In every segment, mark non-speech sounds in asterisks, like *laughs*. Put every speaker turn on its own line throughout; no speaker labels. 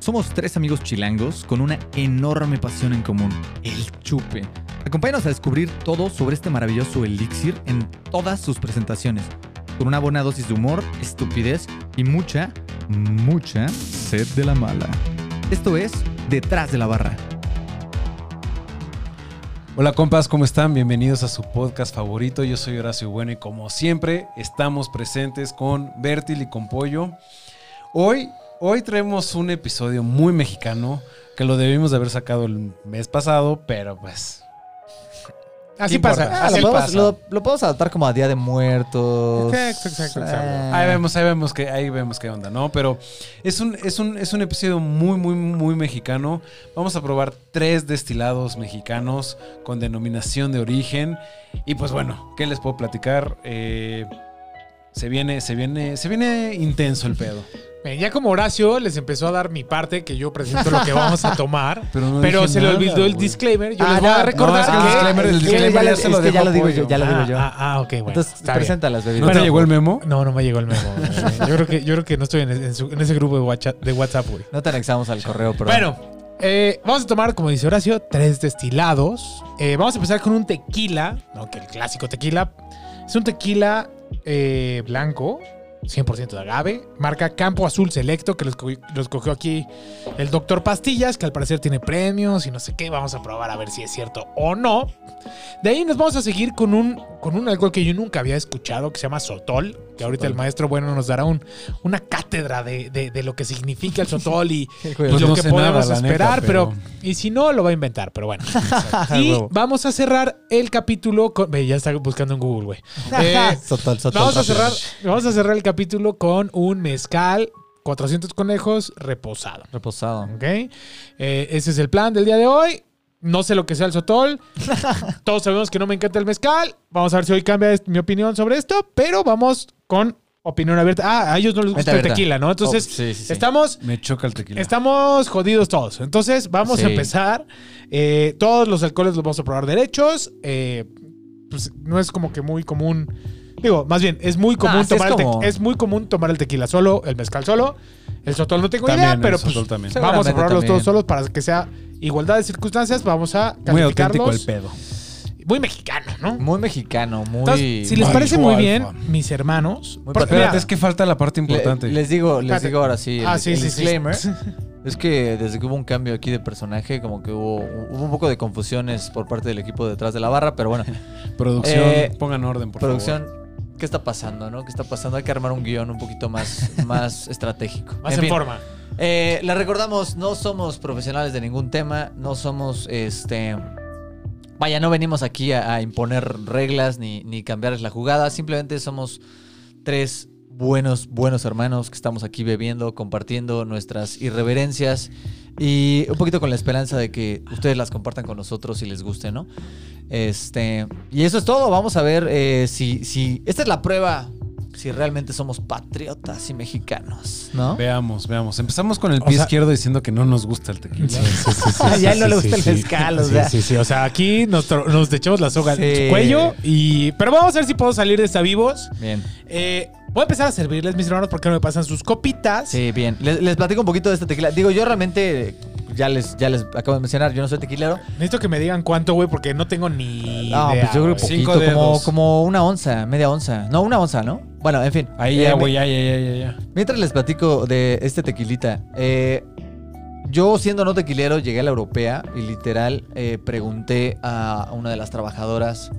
Somos tres amigos chilangos con una enorme pasión en común, el chupe. Acompáñanos a descubrir todo sobre este maravilloso elixir en todas sus presentaciones, con una buena dosis de humor, estupidez y mucha, mucha sed de la mala. Esto es Detrás de la Barra.
Hola compas, ¿cómo están? Bienvenidos a su podcast favorito. Yo soy Horacio Bueno y como siempre estamos presentes con Bertil y con Pollo. Hoy, hoy traemos un episodio muy mexicano que lo debimos de haber sacado el mes pasado, pero pues...
Así
¿Qué
pasa,
importa?
así
Así
pasa.
pasa.
Lo, lo podemos adaptar como a Día de Muertos.
Exacto, exacto,
Eh.
exacto.
Ahí vemos, ahí vemos que ahí vemos qué onda, ¿no? Pero es un, es un, es un episodio muy, muy, muy mexicano. Vamos a probar tres destilados mexicanos con denominación de origen. Y pues bueno, ¿qué les puedo platicar? Eh, se viene, se viene, se viene intenso el pedo.
Bien, ya como Horacio les empezó a dar mi parte, que yo presento
*laughs*
lo que vamos a tomar,
Pero no
pero
dije
se le
nada,
olvidó
güey.
el disclaimer. Yo
Ah,
les voy a
no,
no,
recordar
es que el
que...
disclaimer- el
es que
disclaimer
ya,
ya se lo
es que ya
dejó
lo digo
Pollo.
yo, ya lo digo
Ah,
yo.
Ah, ah, ok, bueno.
Entonces,
está bien.
presenta las
¿No
bebidas.
Bueno,
te llegó el memo?
No, no me llegó el memo. güey. yo, creo que, yo creo que no estoy en, en su- en ese grupo de WhatsApp, de WhatsApp güey.
No te anexamos al correo, pero.
Bueno, eh, vamos a tomar, como dice Horacio, tres destilados. Eh, vamos a empezar con un tequila, no que el clásico tequila. Es un tequila eh, blanco, 100% de agave, marca Campo Azul Selecto, que los, co- los cogió aquí el doctor Pastillas, que al parecer tiene premios y no sé qué. Vamos a probar a ver si es cierto o no. De ahí nos vamos a seguir con un, con un alcohol que yo nunca había escuchado, que se llama Sotol, que ahorita el maestro bueno nos dará un, una cátedra de, de- de lo que significa el
*laughs*
Sotol y
Qué
y
cuidado.
Pues
lo
no
que
sé nada,
podemos
la neta,
esperar, pero...
pero- Ah,
Y si no, lo va a inventar,
*laughs*
pero bueno. y
huevo.
vamos a cerrar el capítulo con... Ve, ya está buscando en Google, güey. Eh,
Sotol, sotol,
vamos, a
sotol.
cerrar, vamos a cerrar el capítulo con un mezcal, 400 conejos, reposado.
Reposado.
¿Ok? Eh, ese es el plan del día de hoy. No sé lo que sea el
*laughs*
sotol. Todos sabemos que no me encanta el mezcal. Vamos a ver si hoy cambia est- mi opinión sobre esto, pero vamos con opinión abierta. Ah, a ellos no les gusta
Venta
el
abierta.
tequila, ¿no? Entonces,
Oh, sí, sí, sí.
estamos
Me choca el tequila.
Estamos jodidos todos. Entonces, vamos
Sí.
a empezar. Eh, todos los alcoholes los vamos a probar derechos. Eh, pues, no es como que muy común. Digo, más bien, es muy común
sí es
tomar el te- es,
como-
muy común tomar el tequila solo, el mezcal solo. El sotol no tengo
También,
idea,
el
pero
sotol
pues,
también.
vamos a
Seguramente
probarlos
también.
todos solos para que sea igualdad de circunstancias. Vamos a
Muy auténtico el
calificarlos.
pedo.
Muy mexicano, ¿no?
Muy mexicano, muy.
Entonces, si les
Muy
parece muy
alfa.
bien, mis hermanos. Pero,
Muy perfecto.
Espérate,
mira,
es que falta la parte
Le-
importante.
les digo, les
Espérate.
digo ahora sí. El,
Ah, sí,
el
sí, sí. *laughs*
disclaimer. Es que desde que hubo un cambio aquí de personaje, como que hubo, hubo un poco de confusiones por parte del equipo detrás de la barra, pero bueno,
producción,
eh,
pongan orden, *laughs* por
producción, ¿qué está pasando, no? ¿Qué está pasando? Hay que armar un guión un poquito más, *laughs* más estratégico.
más
En
en
fin,
forma.
Eh, les recordamos, no somos profesionales de ningún tema, no somos este. Vaya, no venimos aquí a, a imponer reglas ni, ni cambiarles la jugada, simplemente somos tres buenos, buenos hermanos que estamos aquí bebiendo, compartiendo nuestras irreverencias y un poquito con la esperanza de que ustedes las compartan con nosotros y les guste, ¿no? Este, y eso es todo, vamos a ver eh, si, si, esta es la prueba, si realmente somos patriotas y mexicanos, ¿no?
favor. Veamos, veamos. Empezamos con el
O
pie
sea-
izquierdo diciendo que no nos gusta el tequila.
Ah, *laughs* Ya no le gusta el mezcal, o
Sí,
sea.
Sí, sí, o sea, aquí nos, tro- nos echamos la soga en
Sí.
su cuello. Y, pero vamos a ver si puedo salir de esta vivos.
Bien.
Eh, voy a empezar a servirles, mis hermanos, porque no me pasan sus copitas.
Sí, bien. Les, les platico un poquito de esta tequila. Digo, yo realmente, ya les, ya les acabo de mencionar, yo no soy tequilero.
Necesito que me digan cuánto, güey, porque no tengo ni.
No,
idea,
pues yo creo
güey.
que
Cinco
poquito, como,
dedos.
como una onza, media onza. No, una onza, ¿no? Bueno, en fin.
Ahí
Eh,
ya,
mi-
güey, ya, ya, ya, ya, ya.
Mientras les platico de este tequilita, eh, yo siendo no tequilero llegué a la europea y literal eh, pregunté a una de las trabajadoras,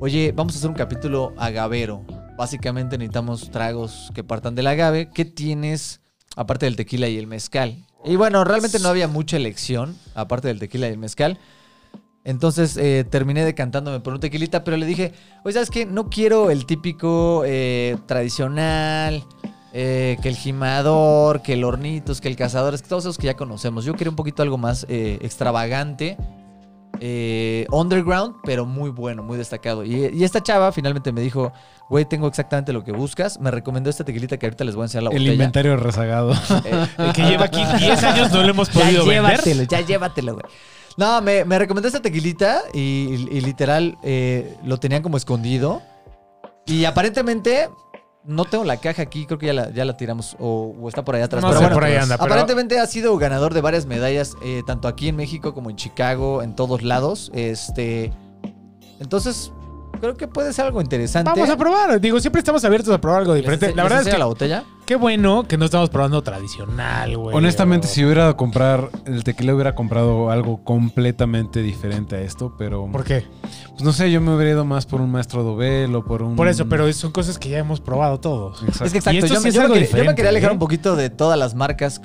oye, vamos a hacer un capítulo agavero. Básicamente necesitamos tragos que partan del agave. ¿Qué tienes aparte del tequila y el mezcal? Y bueno, realmente no había mucha elección aparte del tequila y el mezcal. Entonces eh, terminé decantándome por un tequilita, pero le dije, oye, ¿sabes qué? No quiero el típico eh, tradicional, eh, que el gimador, que el hornitos, que el cazador, es que todos esos que ya conocemos. Yo quería un poquito algo más eh, extravagante, eh, underground, pero muy bueno, muy destacado. Y, y esta chava finalmente me dijo, güey, tengo exactamente lo que buscas. Me recomendó esta tequilita que ahorita les voy a enseñar la
El
botella.
inventario rezagado.
Eh,
El que lleva aquí 10 años no lo hemos
ya
podido vender.
llévatelo, ya llévatelo, güey. No, me, me recomendó esta tequilita y, y- y literal eh, lo tenían como escondido. Y aparentemente No tengo la caja aquí, creo que ya la, ya la tiramos o, o está por allá atrás.
No
pero
sé,
bueno,
por ahí anda. pero-
Aparentemente ha sido ganador de varias medallas, eh, tanto aquí en México como en Chicago, en todos lados. Este, entonces, creo que puede ser algo interesante.
Vamos a probar. Digo, siempre estamos abiertos a probar algo
¿Les
diferente.
ense-
La
les
verdad es
enseño
que
la botella?
qué bueno que no estamos probando tradicional, güey.
Honestamente,
o-
si hubiera ido a comprar el tequila, hubiera comprado algo completamente diferente a esto, pero.
¿Por qué?
Pues no sé, yo me hubiera ido más por un maestro Dobel o por un.
Por
Mm.
eso, pero son cosas que ya hemos probado todos.
Exacto.
Es que exacto,
esto
yo,
sí
me-
es
yo me
algo
quería, yo me
diferente,
quería alejar
¿eh?
un poquito de todas las marcas.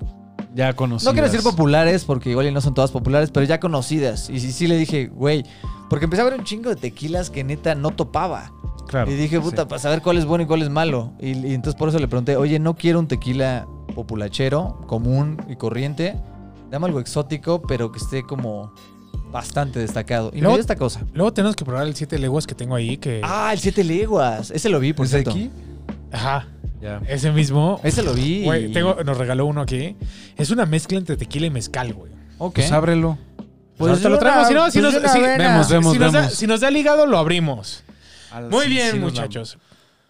Ya conocí.
No quiero decir populares, porque igual y no son todas populares, pero ya conocidas. Y sí, sí le dije, güey, porque empecé a ver un chingo de tequilas que neta no topaba.
Claro.
Y dije, puta, para saber cuál es bueno y cuál es malo. Y, y entonces por eso le pregunté, oye, no quiero un tequila populachero, común y corriente. Dame algo exótico, pero que esté como bastante destacado. Y me
Luego-
dio esta cosa.
Luego tenemos que probar el 7 leguas que tengo ahí, que...
Ah, el Siete Leguas. Ese lo vi, por
¿Por
cierto.
aquí?
Ajá,
Ya.
ese mismo.
Ese lo vi.
Güey,
y-
tengo- nos regaló uno aquí. Es una mezcla entre tequila y mezcal, güey.
Ok.
Pues ábrelo.
Pues ahorita lo traemos. Si no, si nos- si-
Vemos, vemos,
si, nos da,
vemos.
si nos da ligado, lo abrimos. Muy
Sí,
bien,
sí nos
muchachos.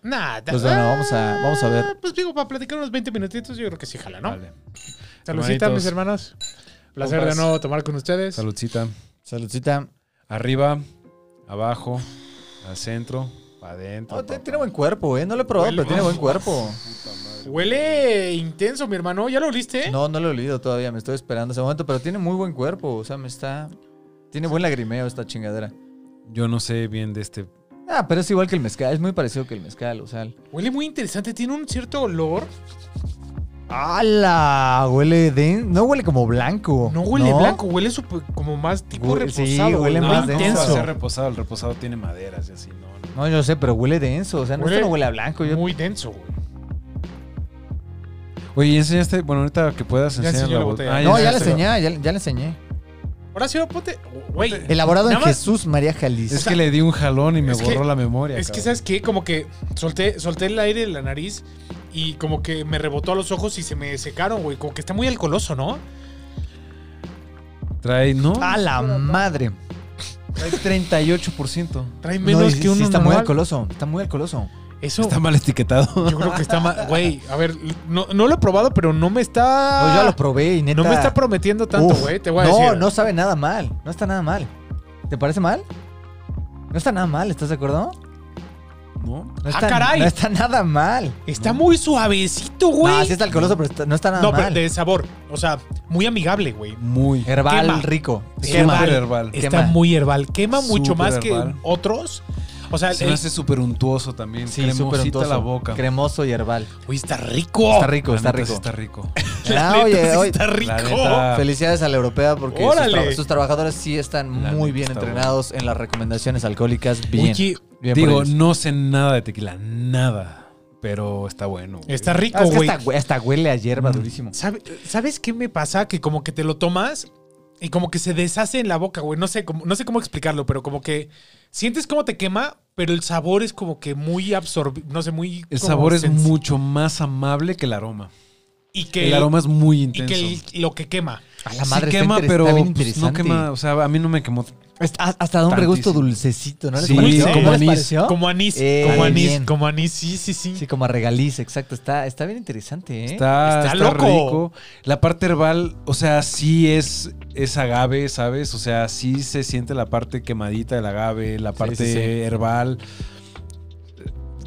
Nada.
Pues bueno, vamos a- vamos a ver.
Pues digo, para platicar unos 20 minutitos, yo creo que sí, jala, ¿no?
vamos. Vale.
Saludcita,
Hermanitos.
mis hermanos. Placer
Compas.
de nuevo tomar con ustedes.
Saludcita.
Saludcita.
Arriba, abajo, al centro, para adentro.
No, Oh, te-
papá.
tiene buen cuerpo, ¿eh? No lo he probado,
Huele-
pero tiene buen cuerpo.
Huele intenso, mi hermano. ¿Ya lo oliste?
No, no lo he olido todavía. Me estoy esperando ese momento, pero tiene muy buen cuerpo. O sea, me está. Tiene buen lagrimeo esta chingadera.
Yo no sé bien de este.
Ah, pero es igual que el mezcal. Es muy parecido que el mezcal, o sea.
Huele muy interesante. Tiene un cierto olor.
¡Hala! Huele de. No huele como blanco.
No huele blanco, huele súper- como más tipo
Oh, Huele- sí,
reposado.
huele
güey.
más
Muy
denso.
No,
intenso.
ser reposado. El reposado tiene maderas y así, no. no.
No, yo sé, pero huele denso. O sea, no,
Huele
esto no huele a blanco. Yo...
Muy denso, güey.
Oye, ¿y enseñaste. Bueno, ahorita que puedas
Ya
enseñar
enseñó
la
la
botella.
botella.
Ah,
No, ya le
enseñaste.
enseñé, ya, ya le enseñé.
Horacio, ponte. Güey.
Elaborado en
Nada más-
Jesús María Jalisco.
Es que le di un jalón y me
Es que-
borró la memoria.
Es que,
cabrón.
¿sabes qué? Como que solté, solté el aire de la nariz y como que me rebotó a los ojos y se me secaron, güey. Como que está muy alcoholoso, ¿no?
Trae, ¿no?
¡A la madre!
Trae 38%.
Trae menos
No, y-
que uno
sí, está muy
normal.
alcoholoso. Está muy alcoholoso. Pues
Eso,
Está mal
*laughs*
etiquetado.
yo creo que está mal. Güey, a ver, no, no lo he probado, pero no me está...
No, yo ya lo probé y neta.
Ah, No me está prometiendo tanto,
Uf,
güey. Te voy a
no,
decir.
no sabe nada mal. No está nada mal. ¿Te parece mal? No está nada mal, ¿estás de acuerdo?
¿No?
No
Ah,
está,
caray.
No está nada mal.
Está muy suavecito, güey.
No, sí está alcoholoso, pero está- no está nada
No, pero
mal.
de sabor. O sea, muy amigable, güey.
Muy.
Herbal
Quema.
rico.
Sí,
Quema.
Súper herbal.
Está
Quema.
muy herbal. Quema mucho
Súper
más que
herbal.
otros. O sea,
Se
el-
me hace súper untuoso también. Sí,
Sí, súper
Cremosita
untuoso.
la boca.
Cremoso y herbal.
Uy, está rico.
Está rico,
La
está
neta sí
rico.
Está rico.
*laughs* La
Ah,
neta,
oye,
sí
oye,
está
la
rico.
neta.
Felicidades a la europea porque sus,
Órale.
tra- sus trabajadores sí están
La
muy
neta
bien
está
entrenados en las recomendaciones alcohólicas. Bien.
Oye,
Bien por
Digo,
ellos.
no sé nada de tequila, nada. Pero está bueno. güey.
está rico,
Ah, es que
güey.
hasta, hue- hasta huele a hierba
Mm.
durísimo.
¿Sabe- ¿Sabes qué me pasa? Que como que te lo tomas y como que se deshace en la boca, güey. No sé cómo, no sé cómo explicarlo, pero como que sientes cómo te quema, pero el sabor es como que muy absorbido. No sé, muy.
El
como
sabor es
sens-
mucho más amable que el aroma.
Y que,
el aroma es muy
y
intenso.
que el- lo que quema.
A la madre
sí
está
quema,
interes-
pero
está
pues,
bien
no
interesante.
quema. O sea, a mí no me quemó.
Hasta, hasta da un regusto
Tantísimo.
dulcecito, ¿no? ¿Les
Sí,
pareció?
sí.
¿Cómo les
anís.
pareció?
Como anís.
Eh,
como anís.
bien.
Como anís. Sí, sí, sí.
Sí, como a regaliz, exacto. Está, está bien interesante, ¿eh?
Está,
Está
está
loco.
rico. La parte herbal, o sea, sí es, es agave, ¿sabes? O sea, sí se siente la parte quemadita del agave, la parte
sí, sí.
herbal.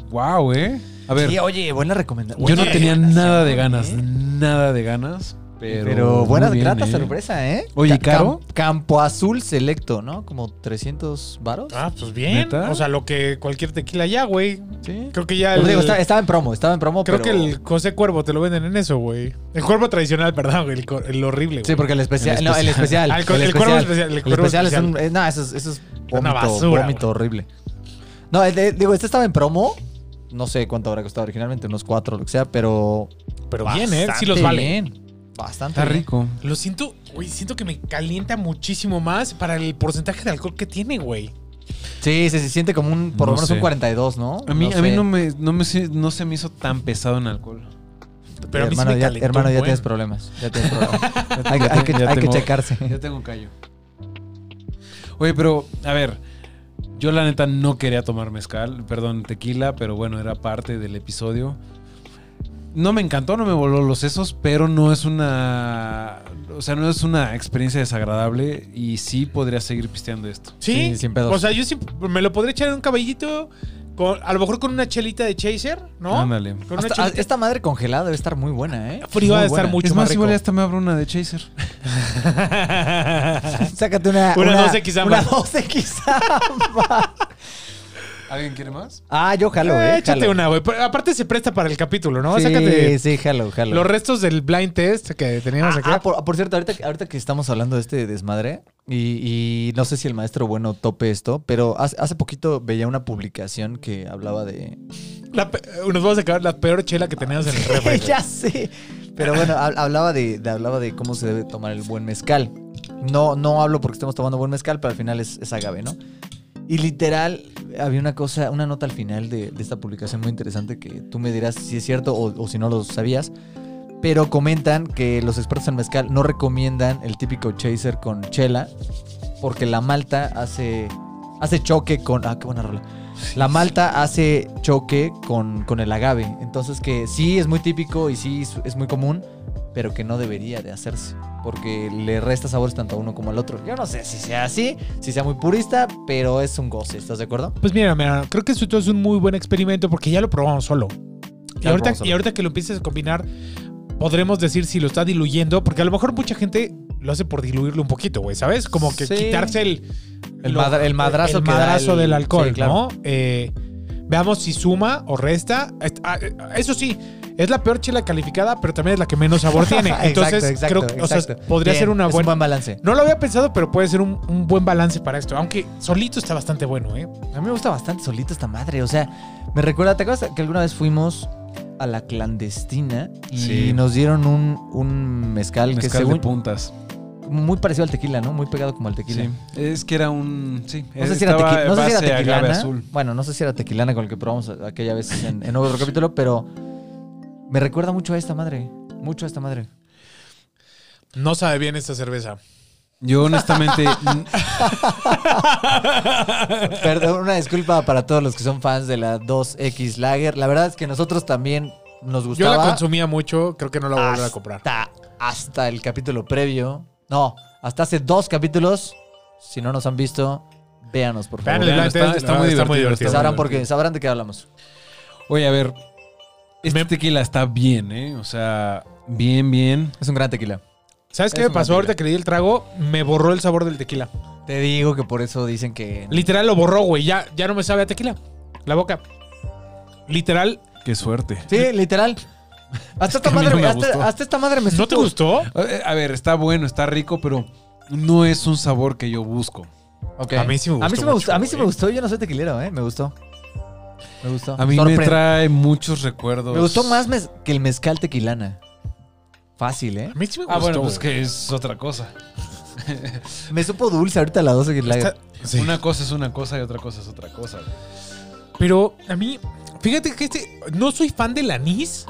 Wow, ¿eh? A ver,
Sí, oye, buena recomendación.
yo no
oye,
tenía nada de ganas,
¿eh?
nada de ganas. Pero,
Pero, buena,
muy bien,
grata
¿eh?
sorpresa, ¿eh?
Oye,
Ca-
¿caro?
Cam- Campo Azul Selecto, ¿no? Como 300 varos.
Ah, pues bien.
¿Neta? Pues
O sea, lo que cualquier tequila ya, güey.
sí.
Creo que ya.
Pero
el-
digo, está- estaba en promo, estaba en promo,
Creo
pero...
que el José Cuervo te lo venden en eso, güey. El cuervo tradicional, *laughs* perdón, güey, el, cor- el horrible.
Sí,
güey.
porque el especial...
El
no, el especial.
Ah, el cor- el cuervo especial, el
El
cuervo
especial es
especial.
un... eh, no, eso es, eso es
una
vómito,
basura,
vómito horrible. No, el de- digo, este estaba en promo. No sé cuánto habrá costado originalmente, unos cuatro, lo que sea, pero...
Pero bien, ¿eh? Sí los
bastante
vale.
bien, Bastante
Está
bien.
rico.
Lo siento, güey, siento que me calienta muchísimo más para el porcentaje de alcohol que tiene, güey.
Sí, sí, se siente como un, por lo
No
menos un
sé.
42, ¿no?
A mí,
no
a mí
sé.
no, me, no, me, se- no se me hizo tan pesado en alcohol.
Pero a mí sí
hermano,
me
ya,
calentó
hermano,
un
ya
buen.
tienes problemas. Ya tienes problemas.
*laughs*
hay, que- hay que,
Ya *laughs*
hay que
tengo-
checarse.
Ya tengo callo. Oye, pero, a ver. Yo la neta no quería tomar mezcal, perdón, tequila, pero bueno, era parte del episodio. No me encantó, no me voló los sesos, pero no es una. O sea, no es una experiencia desagradable y sí podría seguir pisteando esto.
Sí,
Sí, sin pedos.
O sea, yo sí me lo podría echar en un cabellito, con, a lo mejor con una chelita de chaser, ¿no?
Ándale.
Con una
Hasta-
chelita
esta madre congelada debe estar muy buena, ¿eh?
frío va a estar
buena.
mucho
es
más,
más, igual
rico.
hasta me abro una de Chaser.
*laughs* ah,
*laughs*
Sácate una.
Una 12X
Una
ámbar.
12X ámbar.
¿Alguien quiere más?
Ah, yo jalo,
Eh,
¿eh?
échate
jalo.
una, güey. Pero Aparte se presta para el capítulo, ¿no?
Sí,
Sácate
sí, jalo, jalo.
los restos del blind test que teníamos
Ah,
aquí.
ah, por, por cierto, ahorita, ahorita que estamos hablando de este desmadre, y, y no sé si el maestro bueno tope esto, pero hace, hace poquito veía una publicación que hablaba de.
La pe- eh, nos vamos a acabar la peor chela que teníamos
*laughs*
en el refri. güey.
ya sé. Pero bueno, hab- hablaba de, de- hablaba de cómo se debe tomar el buen mezcal. No, no hablo porque estemos tomando buen mezcal, pero al final es, es agave, ¿no? Y literal, había una cosa, una nota al final de, de esta publicación muy interesante que tú me dirás si es cierto o, o si no lo sabías. Pero comentan que los expertos en mezcal no recomiendan el típico chaser con chela porque la malta hace, hace choque con... Ah, qué buena rola. La malta hace choque con, con el agave. Entonces que sí es muy típico y sí es- es muy común, pero que no debería de hacerse. Porque le resta sabores tanto a uno como al otro. Yo no sé si sea así, si sea muy purista, pero es un goce, ¿estás de acuerdo?
Pues mira, mira, creo que esto es un muy buen experimento porque ya lo probamos solo. Y
Ya lo
ahorita,
probamos solo.
y ahorita que lo empieces a combinar, podremos decir si lo está diluyendo, porque a lo mejor mucha gente lo hace por diluirlo un poquito, güey, ¿sabes? Como que
Sí.
quitarse el,
El madra- el madrazo
el
que da
madrazo
el-
del alcohol,
sí, claro.
¿no? Eh, veamos si suma o resta. Est- ah, eh, Eso sí, es la peor chela calificada, pero también es la que menos
*laughs*
sabor tiene. Entonces, creo que o sea,
exacto.
podría
Bien,
ser una
es
buena.
un buen balance.
No lo había pensado, pero puede ser un, un buen balance para esto. Aunque solito está bastante bueno, ¿eh?
A mí me gusta bastante solito esta madre. O sea, me recuerda, ¿te acuerdas que alguna vez fuimos a la clandestina y
Sí.
nos dieron un, un mezcal,
Mezcal
que según
de puntas.
muy parecido al tequila, ¿no? Muy pegado como al tequila.
Sí. Es que era un. Sí.
No sé si era,
estaba
tequi- no sé si era
base agave
tequilana.
azul.
Bueno, no sé si era tequilana con el que probamos aquella vez en, en otro capítulo, pero me recuerda mucho a esta madre. Mucho a esta madre.
No sabe bien esta cerveza.
Pues
Yo honestamente.
*laughs*
*laughs*
Perdón, una disculpa para todos los que son fans de la 2X Lager. La verdad es que nosotros también nos
Yo
gustaba.
la consumía mucho, creo que no la voy a volver a comprar.
Hasta, hasta el capítulo previo. No, hasta hace dos capítulos. Si no nos han visto, véanos, por
Vean
favor.
el
Veanlo,
blind
está-
test,
está
la
muy
verdad,
divertido, está
Sabrán,
muy
por qué- sabrán de qué hablamos.
Oye, a ver. Este
Me-
tequila está bien, ¿eh? O sea, bien, bien.
Es un gran tequila.
¿Sabes qué
Es
me
una
pasó
pila.
ahorita que le di el trago? Me borró el sabor del tequila.
Te digo que por eso dicen que...
Literal lo borró, güey. Ya, ya no me sabe a tequila. La boca. Literal.
Qué suerte.
Sí, literal. Hasta esta
a mí no
madre,
me gustó.
hasta, hasta esta madre me
¿No te
supo-
gustó?
A ver, A ver, está bueno, está rico, pero no es un sabor que yo busco.
Ok.
A mí sí me gustó
A mí sí me
mucho,
gustó. A mí sí me
güey.
gustó. Yo no soy tequilero, ¿eh? Me gustó. Me gustó.
A mí
Sorpre-
me trae muchos recuerdos.
Me gustó más mez- que el mezcal tequilana. Fácil, ¿eh?
A mí sí me gustó.
Ah, bueno, pues
güey.
que es otra cosa.
Me supo dulce ahorita la 12 Lager.
Está- sí.
Una cosa es una cosa y otra cosa es otra cosa.
Pero a mí, fíjate que este, no soy fan del anís.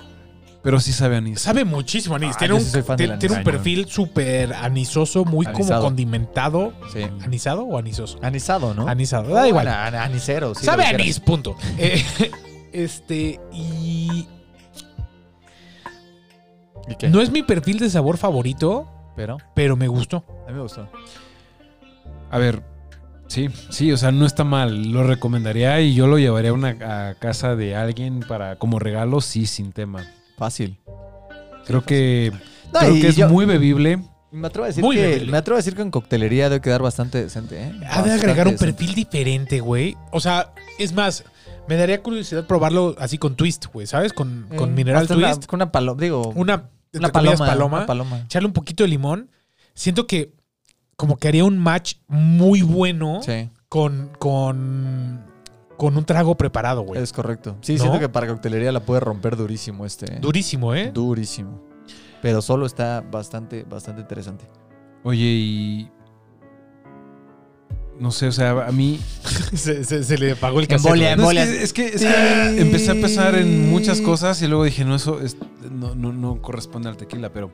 Pero sí sabe a anís.
Sabe muchísimo anís.
Ah,
tiene
yo
un,
sí soy fan
tiene-
del
tiene un
anís.
perfil súper anisoso, muy como
Anisado.
condimentado.
Sí.
¿Anisado o anisoso?
Anisado, ¿no?
Anisado, da igual.
Bueno, an- anisero. sí,
Sabe
lo
a
que quieras.
anís, punto. Eh, *laughs* este, y
¿Y qué?
no es mi perfil de sabor favorito,
Pero
pero me gustó.
a mí me gustó.
A ver, sí, sí, o sea, no está mal. Lo recomendaría y yo lo llevaría a una a casa de alguien para como regalo, sí, sin tema.
Fácil.
Creo que,
pues No,
creo
y
que es
yo-
muy bebible.
Me atrevo a decir
Muy
que
bebible.
me atrevo a decir que en coctelería debe quedar bastante decente, ¿eh?
Ha de agregar un
Bastante
perfil diferente, güey. O sea, es más, me daría curiosidad probarlo así con twist, güey, ¿sabes? Con,
decente.
con
Mm,
mineral
hasta una-
twist.
Con una paloma, digo, una,
Una, entre comillas,
paloma,
paloma.
Una paloma.
Echarle un poquito de limón. Siento que como que haría un match muy bueno
Sí,
con, con, con un trago preparado, güey.
es correcto. Sí,
¿No?
siento que para coctelería la puede romper durísimo este. ¿eh?
Durísimo, ¿eh?
Durísimo. Pero solo está bastante, bastante interesante.
Oye, y. No sé, o sea, a mí.
se, se- se le pagó el cassette,
Embolia,
güey.
No,
embolia.
es que, es que- es que Eh, empecé a pensar en muchas cosas y luego dije, no, eso es- no, no- no corresponde al tequila, pero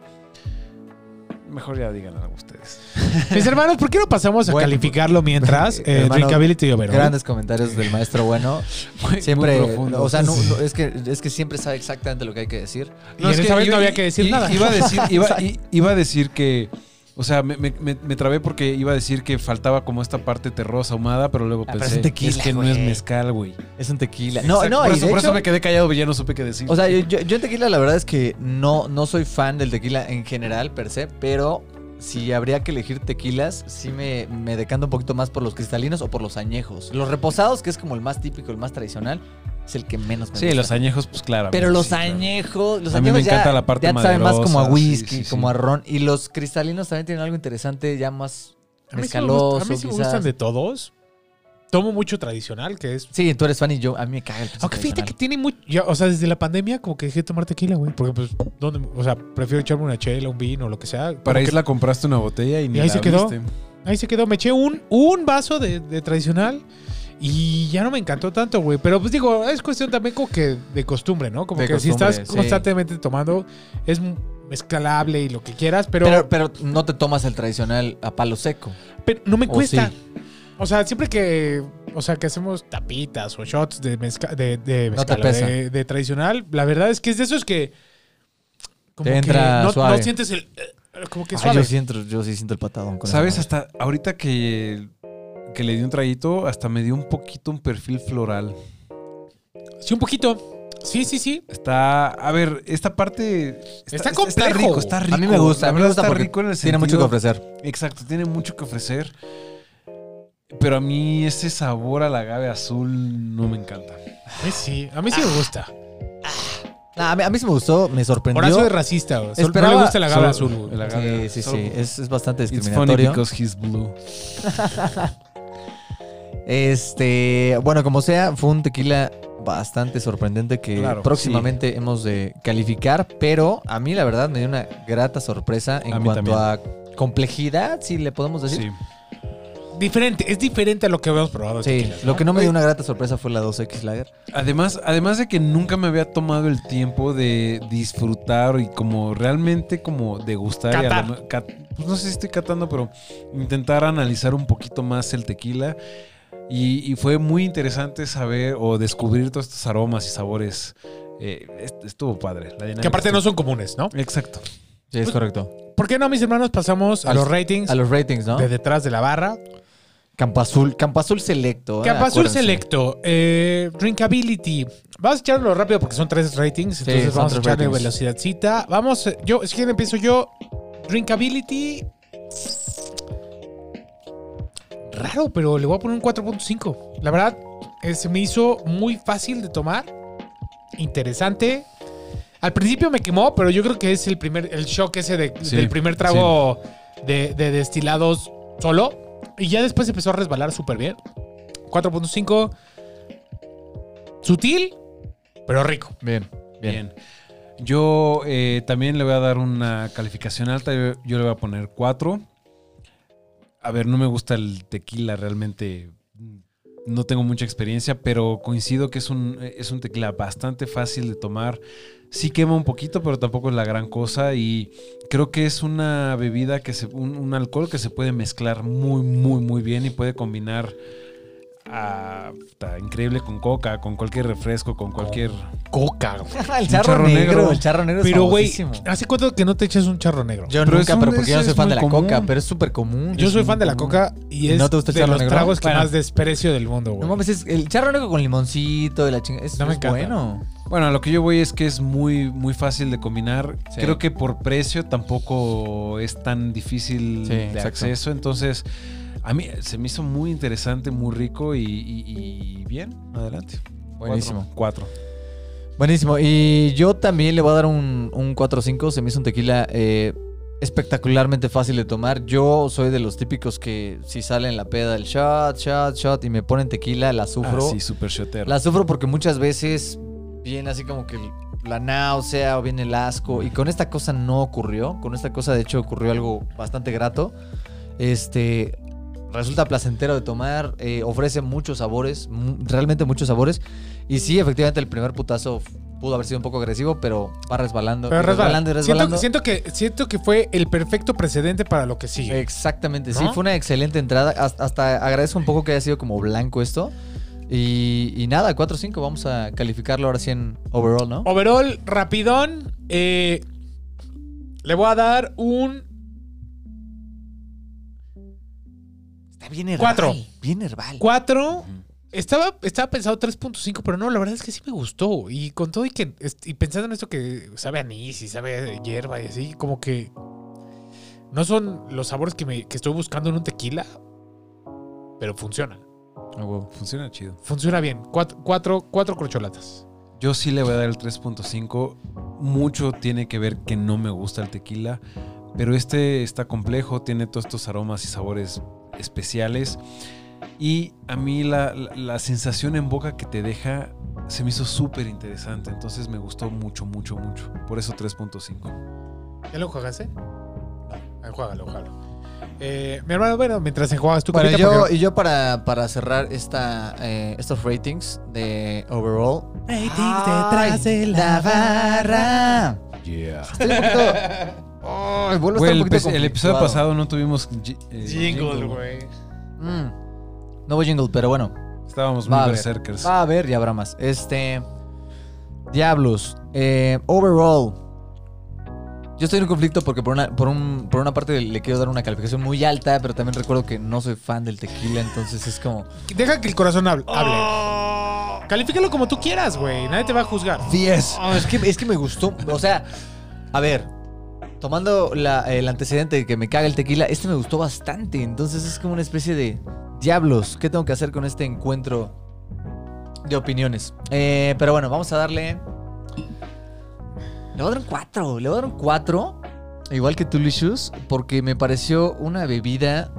Mejor ya díganlo ustedes. *laughs*
Mis hermanos, ¿por qué no pasamos a
Bueno,
calificarlo mientras?
eh,
Eh,
hermano,
drinkability y overall.
Grandes comentarios del
*laughs*
maestro bueno.
Muy-
Siempre,
muy profundo.
o sea, no- no, es, que, es que siempre sabe exactamente lo que hay que decir.
Y en esa vez no había que decir
i-
nada.
Iba a
*laughs*
decir, iba, i- iba a decir que. O sea, me, me- me- me trabé porque iba a decir que faltaba como esta parte terrosa ahumada, pero luego
Ah, pero es
pensé
un tequila,
es que no
güey.
es mezcal, güey.
Es un tequila. No,
Exacto,
no,
por,
y
eso,
de
por eso
hecho-
me quedé callado porque ya no supe qué decir.
O sea, yo, yo, yo en tequila la verdad es que no, no soy fan del tequila en general, per se, pero si habría que elegir tequilas, sí me, me decanto un poquito más por los cristalinos o por los añejos. Los reposados, que es como el más típico, el más tradicional, es el que menos me
sí,
gusta.
los añejos, pues claro.
Pero los añejos, los
A mí me
añejos ya,
encanta la parte
ya saben más como a
maderosa, sí,
whisky,
sí, sí.
como a ron. Y los cristalinos también tienen algo interesante, ya más
A mí sí me gusta-
mezcaloso,
a mí sí me
quizás.
gustan de todos. Tomo mucho tradicional, que es
Sí, tú eres fan y yo, a mí me caga el pinche
Aunque fíjate que
tradicional.
tiene mucho. ya, o sea, desde la pandemia, como que dejé de tomar tequila, güey. Porque, pues, ¿dónde? O sea, prefiero echarme una chela, un vino, lo que sea. Como
Para
que-
Isla compraste una botella y ni
ahí
la
se quedó.
abriste.
Ahí se quedó. Me eché un, un vaso de, de tradicional y ya no me encantó tanto, güey. Pero, pues, digo, es cuestión también como que de costumbre, ¿no? Como
De
que si
costumbre,
estás
sí.
constantemente tomando, es mezclable y lo que quieras, pero,
Pero, pero no te tomas el tradicional a palo seco.
pero no me
o
cuesta.
sí.
O sea, siempre que. O sea, que hacemos tapitas o shots de mezca- de, de,
No te
mezcal,
pesa.
de, de tradicional, la verdad es que es de esos que. Como
Te entra
que no,
suave.
no sientes el. eh, Como que
Ay,
suave.
yo, siento, yo sí siento el patadón con
¿Sabes?
esa madre.
Hasta ahorita que, que le di un traguito, hasta me dio un poquito un perfil floral.
Sí, un poquito. Sí, sí, sí.
Está, a ver, esta parte
Está
Está
complejo.
rico, está rico.
A mí me gusta,
La
a mí me
verdad
gusta
está
porque
rico en el
Tiene mucho que
sentido-
ofrecer.
Exacto, tiene mucho que ofrecer. Pero a mí ese sabor al agave azul no me encanta.
A mí sí. A mí sí me gusta.
Ah, a, mí, a mí sí me gustó, me sorprendió.
Horacio es racista. güey. Solo-
Esperaba-
no le gusta la gaba
solo-
azul. güey.
el
Sí,
agave
sí,
solo-
sí. Es, es bastante
It's funny
discriminatorio.
because he's blue.
Este, bueno, como sea, fue un tequila bastante sorprendente que
Claro,
próximamente hemos de calificar, pero a mí la verdad me dio una grata sorpresa en
A mí
cuanto a complejidad, si le podemos decir.
Sí.
¿Pues Sí,
Diferente. Es diferente a lo que habíamos probado. de tequila,
lo que no me dio una grata sorpresa fue la 2X Lager.
Además, además de que nunca me había tomado el tiempo de disfrutar y como realmente como degustar. y a
Catar.
lo me- cat- pues no sé si estoy catando, pero intentar analizar un poquito más el tequila. Y, y fue muy interesante saber o descubrir todos estos aromas y sabores. Eh, est- estuvo padre. La dinámica
Que aparte no
estuvo-
son comunes, ¿no?
Exacto.
Sí, es correcto.
¿Por qué no, mis hermanos? Pasamos a
Al-
los ratings
Pues, A los ratings, ¿no?
de detrás de la barra.
Campazul, Campazul Selecto. ¿eh?
Capazul
Acuérdense. *laughs*
Selecto, eh, Drinkability. Vamos a echarlo rápido porque son tres ratings,
Sí,
entonces
son
vamos a
tres
echarle
ratings.
velocidadcita. Vamos, eh, yo, si quieren empiezo yo. Drinkability. Raro, pero le voy a poner un 4.5. La verdad, eh, se me hizo muy fácil de tomar. Interesante. Al principio me quemó, pero yo creo que es el primer, el shock ese de-
Sí,
del primer trago de, de destilados solo. Y ya después empezó a resbalar súper bien. 4.5. Sutil, pero rico.
Bien, bien.
Bien. Yo eh, también le voy a dar una calificación alta. Yo, yo le voy a poner 4. A ver, no me gusta el tequila realmente. No tengo mucha experiencia, pero coincido que es un, es un tequila bastante fácil de tomar. Sí quema un poquito, pero tampoco es la gran cosa. Y creo que es una bebida, que se, un, un alcohol que se puede mezclar muy, muy, muy bien y puede combinar ah, está increíble con coca, con cualquier refresco, con cualquier...
Coca, güey.
el charro,
charro
negro,
negro.
el charro negro es
Pero, güey,
famosísimo.
¿hace cuánto que no te echas un charro negro? Yo,
Yo
Pero
nunca,
es un-
pero porque yo no
es-
soy
es
fan
muy
de la
común.
coca, pero es súper común. Es
soy
muy
fan de la
común.
coca y
¿Y
es
no te gusta el
de
charro
los
negro?
tragos que
Bueno.
más desprecio del mundo, güey.
No mames, es el charro negro con limoncito y la chingada. Es,
No me
es
encanta.
bueno.
Bueno, a lo que yo voy es que es muy, muy fácil de combinar.
Sí.
Creo que por precio tampoco es tan difícil
Sí,
de
exacto.
acceso. Entonces, a mí se me hizo muy interesante, muy rico y, y- y bien. Adelante.
Buenísimo.
Cuatro.
Buenísimo. Y yo también le voy a dar un, un 4-5. Se me hizo un tequila eh, espectacularmente fácil de tomar. Yo soy de los típicos que si sale en la peda el shot, shot, shot y me ponen tequila, la sufro.
Ah, sí, super shotero.
La sufro porque muchas veces viene así como que la náusea o viene el asco. Y con esta cosa no ocurrió. Con esta cosa, de hecho, ocurrió algo bastante grato. Este. Resulta placentero de tomar, eh, ofrece muchos sabores, mu- realmente muchos sabores. Y sí, efectivamente, el primer putazo f- pudo haber sido un poco agresivo, pero va resbalando.
Pero
y
resbala.
resbalando y resbalando.
Siento, siento que, siento que fue el perfecto precedente para lo que sigue.
Exactamente, sí,
¿No?
fue una excelente entrada. Hasta, hasta agradezco un poco que haya sido como blanco esto. Y, y nada, 4-5, vamos a calificarlo ahora sí en overall, ¿no?
Overall, rapidón. eh, le voy a dar un
Está bien herbal.
Cuatro.
Bien herbal.
4. Estaba, estaba pensado 3.5, pero no, la verdad es que sí me gustó. Y con todo y que est- y pensando en esto que sabe a anís y sabe a hierba y así, como que no son los sabores que, me, que estoy buscando en un tequila, pero funciona.
Ah, huevo.
Funciona chido.
Funciona bien. Cuatro, cuatro, cuatro corcholatas.
Yo sí le voy a dar el 3.5. Mucho tiene que ver que no me gusta el tequila, pero este está complejo, tiene todos estos aromas y sabores especiales. Y a mí la, la- la sensación en boca que te deja se me hizo súper interesante, entonces me gustó mucho, mucho, mucho. Por eso 3.5.
¿Ya lo jugaste? No, juégalo, juégalo. Eh, mi hermano, bueno, mientras enjuagas tú,
Bueno,
copita,
yo,
porque-
y yo para, para cerrar esta, eh, estos ratings de overall. Ratings detrás de la barra.
Yeah.
Estoy un poquito. Ay, vuelvo a estar un
el,
poquito
pe- el episodio
conflictuado.
pasado no tuvimos ji- eh,
Jingle, güey.
Mm. Nuevo jingle, pero bueno.
Estábamos
Va a
muy
haber.
berserkers.
Va a haber y habrá más. Este. Diablos. eh, overall. Yo estoy en un conflicto porque por una, por, un- por una parte le quiero dar una calificación muy alta, pero también recuerdo que no soy fan del tequila, entonces es como.
Deja que el corazón hable. hable. Califícalo como tú quieras, güey. Nadie te va a juzgar.
10.
Ah,
es, que, es que me gustó. O sea, a ver, tomando la- el antecedente de que me caga el tequila, este me gustó bastante. Entonces es como una especie de diablos. ¿Qué tengo que hacer con este encuentro de opiniones? Eh, pero bueno, vamos a darle. Le voy a dar un 4. Le voy a dar un 4. Igual que Tulishus, porque me pareció una bebida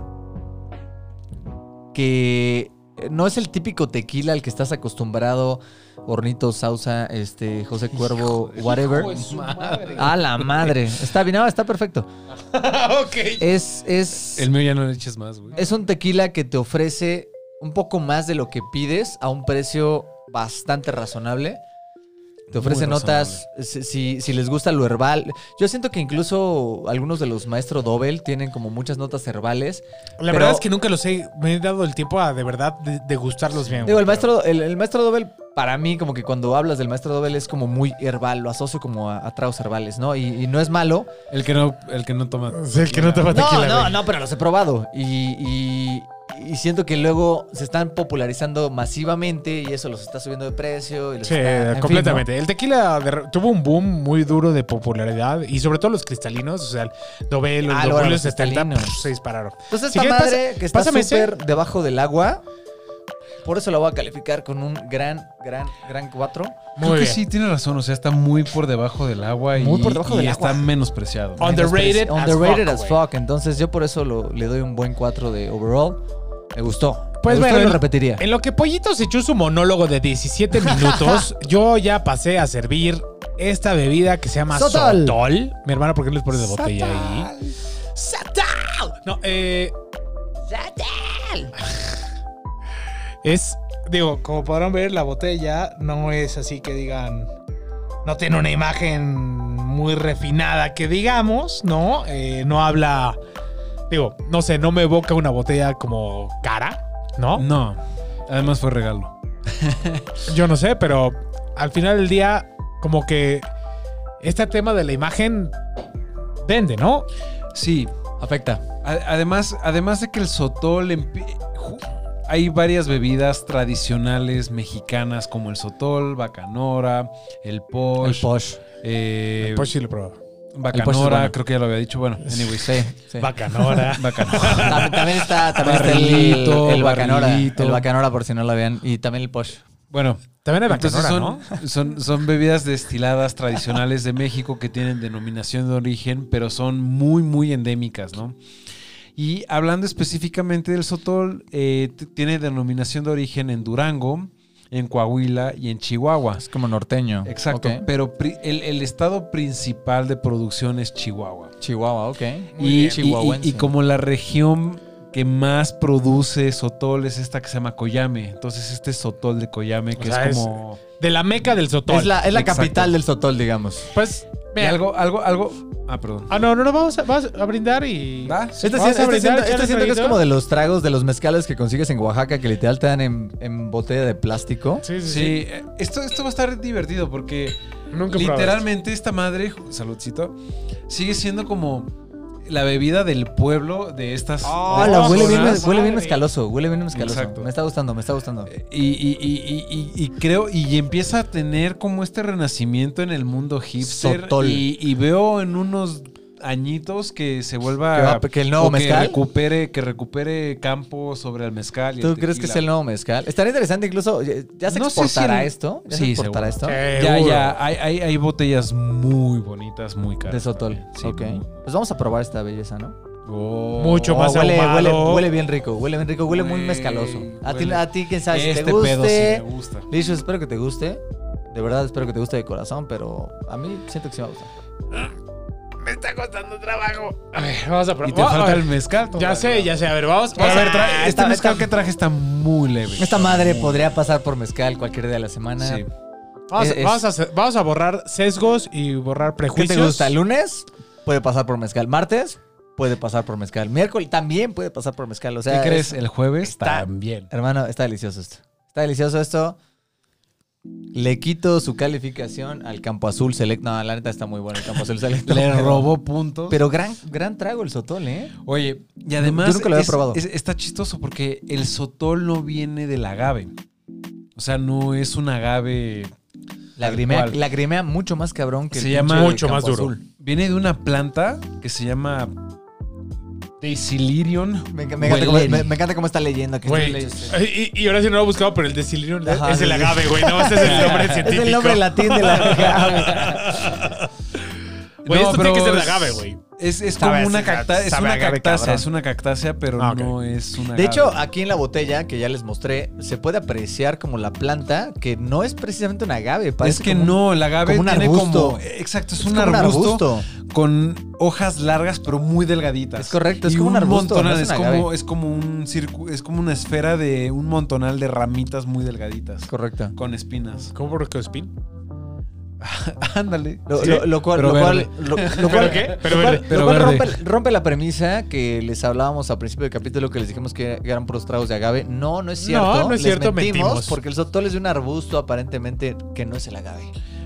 que no es el típico tequila al que estás acostumbrado. Hornito, Sausa, este, José Cuervo, whatever. Ah. A la madre. Está bien, no, está perfecto.
Ah, ok.
Es, es,
El mío ya no le eches más, güey.
es un tequila que te ofrece un poco más de lo que pides a un precio bastante razonable. Te ofrece
Muy
notas, si, si- si les gusta lo herbal. Yo siento que incluso algunos de los maestro Dobel tienen como muchas notas herbales.
La
Pero-
verdad es que nunca los he. Me he dado el tiempo a de verdad de- degustarlos bien.
Digo,
güey,
el maestro, el, el maestro Dobel, para mí, como que cuando hablas del maestro Dobel es como muy herbal, lo asocio como a, a tragos herbales, ¿no? Y, y no es malo.
El que no, el que no toma.
pero- Sí, el que no te va a
No,
tequila,
no,
güey.
no, pero los he probado. Y, y- y siento que luego se están popularizando masivamente y eso los está subiendo de precio. Y los
Sí,
está- en fin, ¿no?
completamente. El tequila de re- tuvo un boom muy duro de popularidad y sobre todo los cristalinos, o sea, el Dobel, el
Ah,
Dobel,
luego los
los 70,
cristalinos.
pff, se dispararon.
Entonces
Si
esta
quieres,
madre
pasa-
que está
pásame ese.
súper debajo del agua, por eso la voy a calificar con un gran, gran, gran 4.
Creo
Muy
que
bien.
sí, tiene razón. O sea, está muy por debajo del agua y,
Muy por debajo
y
del
está
agua.
menospreciado.
On the- Underrated as
Underrated
fuck,
as
güey.
fuck. Entonces yo por eso lo- le doy un buen 4 de overall. Me gustó.
Pues
Me gustó y
bueno,
lo repetiría.
En lo que Pollito se echó su monólogo de 17 minutos, yo ya pasé a servir esta bebida que se llama
Sotol.
Sotol. Mi hermano, ¿por qué no les pones de botella ahí? ¡Sotol! No, eh. Es, digo, como podrán ver, la botella no es así que digan. No tiene una imagen muy refinada que digamos, ¿no? Eh, no habla. Digo, no sé, no me evoca una botella como cara, ¿no?
No. Además fue regalo.
Yo no sé, pero al final del día, como que este tema de la imagen vende, ¿no?
Sí.
Afecta.
a- además, además de que el sotol. empi- ju- Hay varias bebidas tradicionales mexicanas como el sotol, bacanora, el
El
posh,
posh.
eh,
pues sí lo probó.
bacanora,
el posh es bueno.
creo que ya lo había dicho. Bueno,
Anyway,
anyways.
sí, sí.
Bacanora.
*laughs* Bacanora.
También, también está, también está el,
Barrilito,
el bacanora.
barrilito.
El bacanora, por si no lo vean. Y también el posh.
Bueno,
También hay bacanora,
Entonces son, *laughs*
¿no?
son, son bebidas destiladas tradicionales de México que tienen denominación de origen, pero son muy, muy endémicas, ¿no? Y hablando específicamente del sotol, eh, t- tiene denominación de origen en Durango, en Coahuila y en Chihuahua.
Es como norteño.
Exacto,
Ok.
pero pri- el, el estado principal de producción es Chihuahua.
Chihuahua, ok.
Y, y- y-
Chihuahuense.
y como la región que más produce sotol es esta que se llama Coyame. Entonces este sotol de Coyame que
sea,
es
es-
como...
de la meca del Sotol.
Es la, es la
Exacto.
capital del Sotol, digamos.
Pues,
Y
mira,
algo, algo, algo. Ah, perdón.
Ah, no, no, no, vamos a, vamos a brindar y...
¿Va?
Este,
Vamos
sí-
a
este
brindar,
siento,
echarle
este siento que es
traguito.
como de los tragos, de los mezcales que consigues en Oaxaca, que literal te dan en, en botella de plástico.
Sí, sí, sí.
Sí, eh, esto, esto va a estar divertido porque
Nunca he probado
literalmente esta madre, ju- saludcito, sigue siendo como la bebida del pueblo de estas.
Ah,
Ah,
de
la
estas
huele bien,
zonas.
mezcal.
huele bien
madre.
mezcaloso, huele bien mezcaloso.
Exacto. Eh,
Me está gustando, me está gustando.
Y, y- y- y- y- y creo, y empieza a tener como este renacimiento en el mundo hipster.
Sotol.
Y, y veo en unos añitos que se
Que
vuelva
va- que el nuevo
o que
mezcal.
recupere que recupere campo sobre el mezcal y el
¿Tú crees que
tequila.
es el nuevo mezcal? Estaría interesante incluso, ya ya se
No sé si
exportará
el-
esto. ¿Ya se
Sí,
exportará esto.
eso.
ya
Seguro.
ya hay, hay, hay botellas muy bonitas muy caras
De Sotol.
también. Sí,
ok.
muy-
Pues vamos a probar esta belleza, ¿no?
Oh.
Mucho más
huele,
ahumado.
huele, huele bien rico, huele bien rico, huele muy
Güey,
mezcaloso. A ti,
huele-
a ti quién sabe si
Este
te guste.
pedo sí me gusta.
Licho, espero que te guste. De verdad, espero que te guste de corazón, pero a mí siento que sí me gusta.
Me está costando trabajo. A ver, vamos a probar.
Y te
Va- a
falta
ver,
el mezcal.
Ya
todavía.
sé, ya sé. A ver, vamos. Ah,
A
vamos
ver, tra- este
esta-
mezcal
esta-
que traje está muy leve.
Esta madre podría pasar por mezcal cualquier día de la semana.
Sí.
Vamos,
Es-
vamos a, hacer- vamos a borrar sesgos y borrar
¿Qué
prejuicios.
te gusta? ¿Lunes? Puede pasar por mezcal. ¿Martes? Puede pasar por mezcal. Miércoles también puede pasar por mezcal. O
¿Qué
sea,
crees?
es-
El jueves
está-
también.
hermano, está delicioso esto. Está delicioso esto. Le quito su calificación al Campo Azul Select. No, la neta está muy bueno el Campo Azul Select.
*laughs* Le robó puntos.
Pero gran, gran trago el sotol, ¿eh?
Oye, y además
Yo nunca lo había
es-
probado.
es- está chistoso porque el sotol no viene del agave. O sea, no es un agave.
Lagrimea,
Tal cual.
lagrimea mucho más cabrón que
Se
el
llama-
pinche
Mucho
Campo
más duro.
Azul.
Viene de una planta que se llama Desilirion.
Me, me encanta cómo,
Hueleri.
me- me encanta cómo está leyendo. que
Güey,
está leyendo.
y, y ahora sí no lo he buscado, pero el de Silirium
Ajá,
es el
sí, sí.
agave, güey. No, ese es
*laughs*
el nombre
Es
científico.
el nombre latín de
*laughs* Ah,
la
Güey, esto tiene que
pero
ser de
es-
agave, güey.
Es, es
Sabe
como una,
así, ah,
cacta- es
sabe
una
agave,
cactácea,
cabrón.
es una cactácea, pero
Ah, ok.
no es una
De
agave.
hecho, aquí en la botella que ya les mostré, se puede apreciar como la planta que no es precisamente un agave.
es
parece
que
como-
no, el agave
como un
tiene
arbusto.
como. Exacto, es,
Es
un,
como
arbusto con hojas largas, pero muy delgaditas.
Es correcto, es
Y
como un arbusto,
montonal,
no es
es,
un
como,
agave.
es como un circu- es como una esfera de un montonal de ramitas muy delgaditas.
Es correcto.
Con espinas.
¿Cómo por qué
*laughs*
spin?
Ándale.
Lo,
Sí.
lo- lo cual,
pero
lo cual,
verde.
lo, lo
¿Pero
cual-
qué?
lo
Pero
cual-
verde.
pero
lo cual
verde.
rompe, rompe la premisa que les hablábamos al principio del capítulo que les dijimos que eran puros tragos de agave. No, no es
No,
cierto.
no es
Les
cierto, mentimos.
Porque el sotol es de un arbusto aparentemente que no es el agave.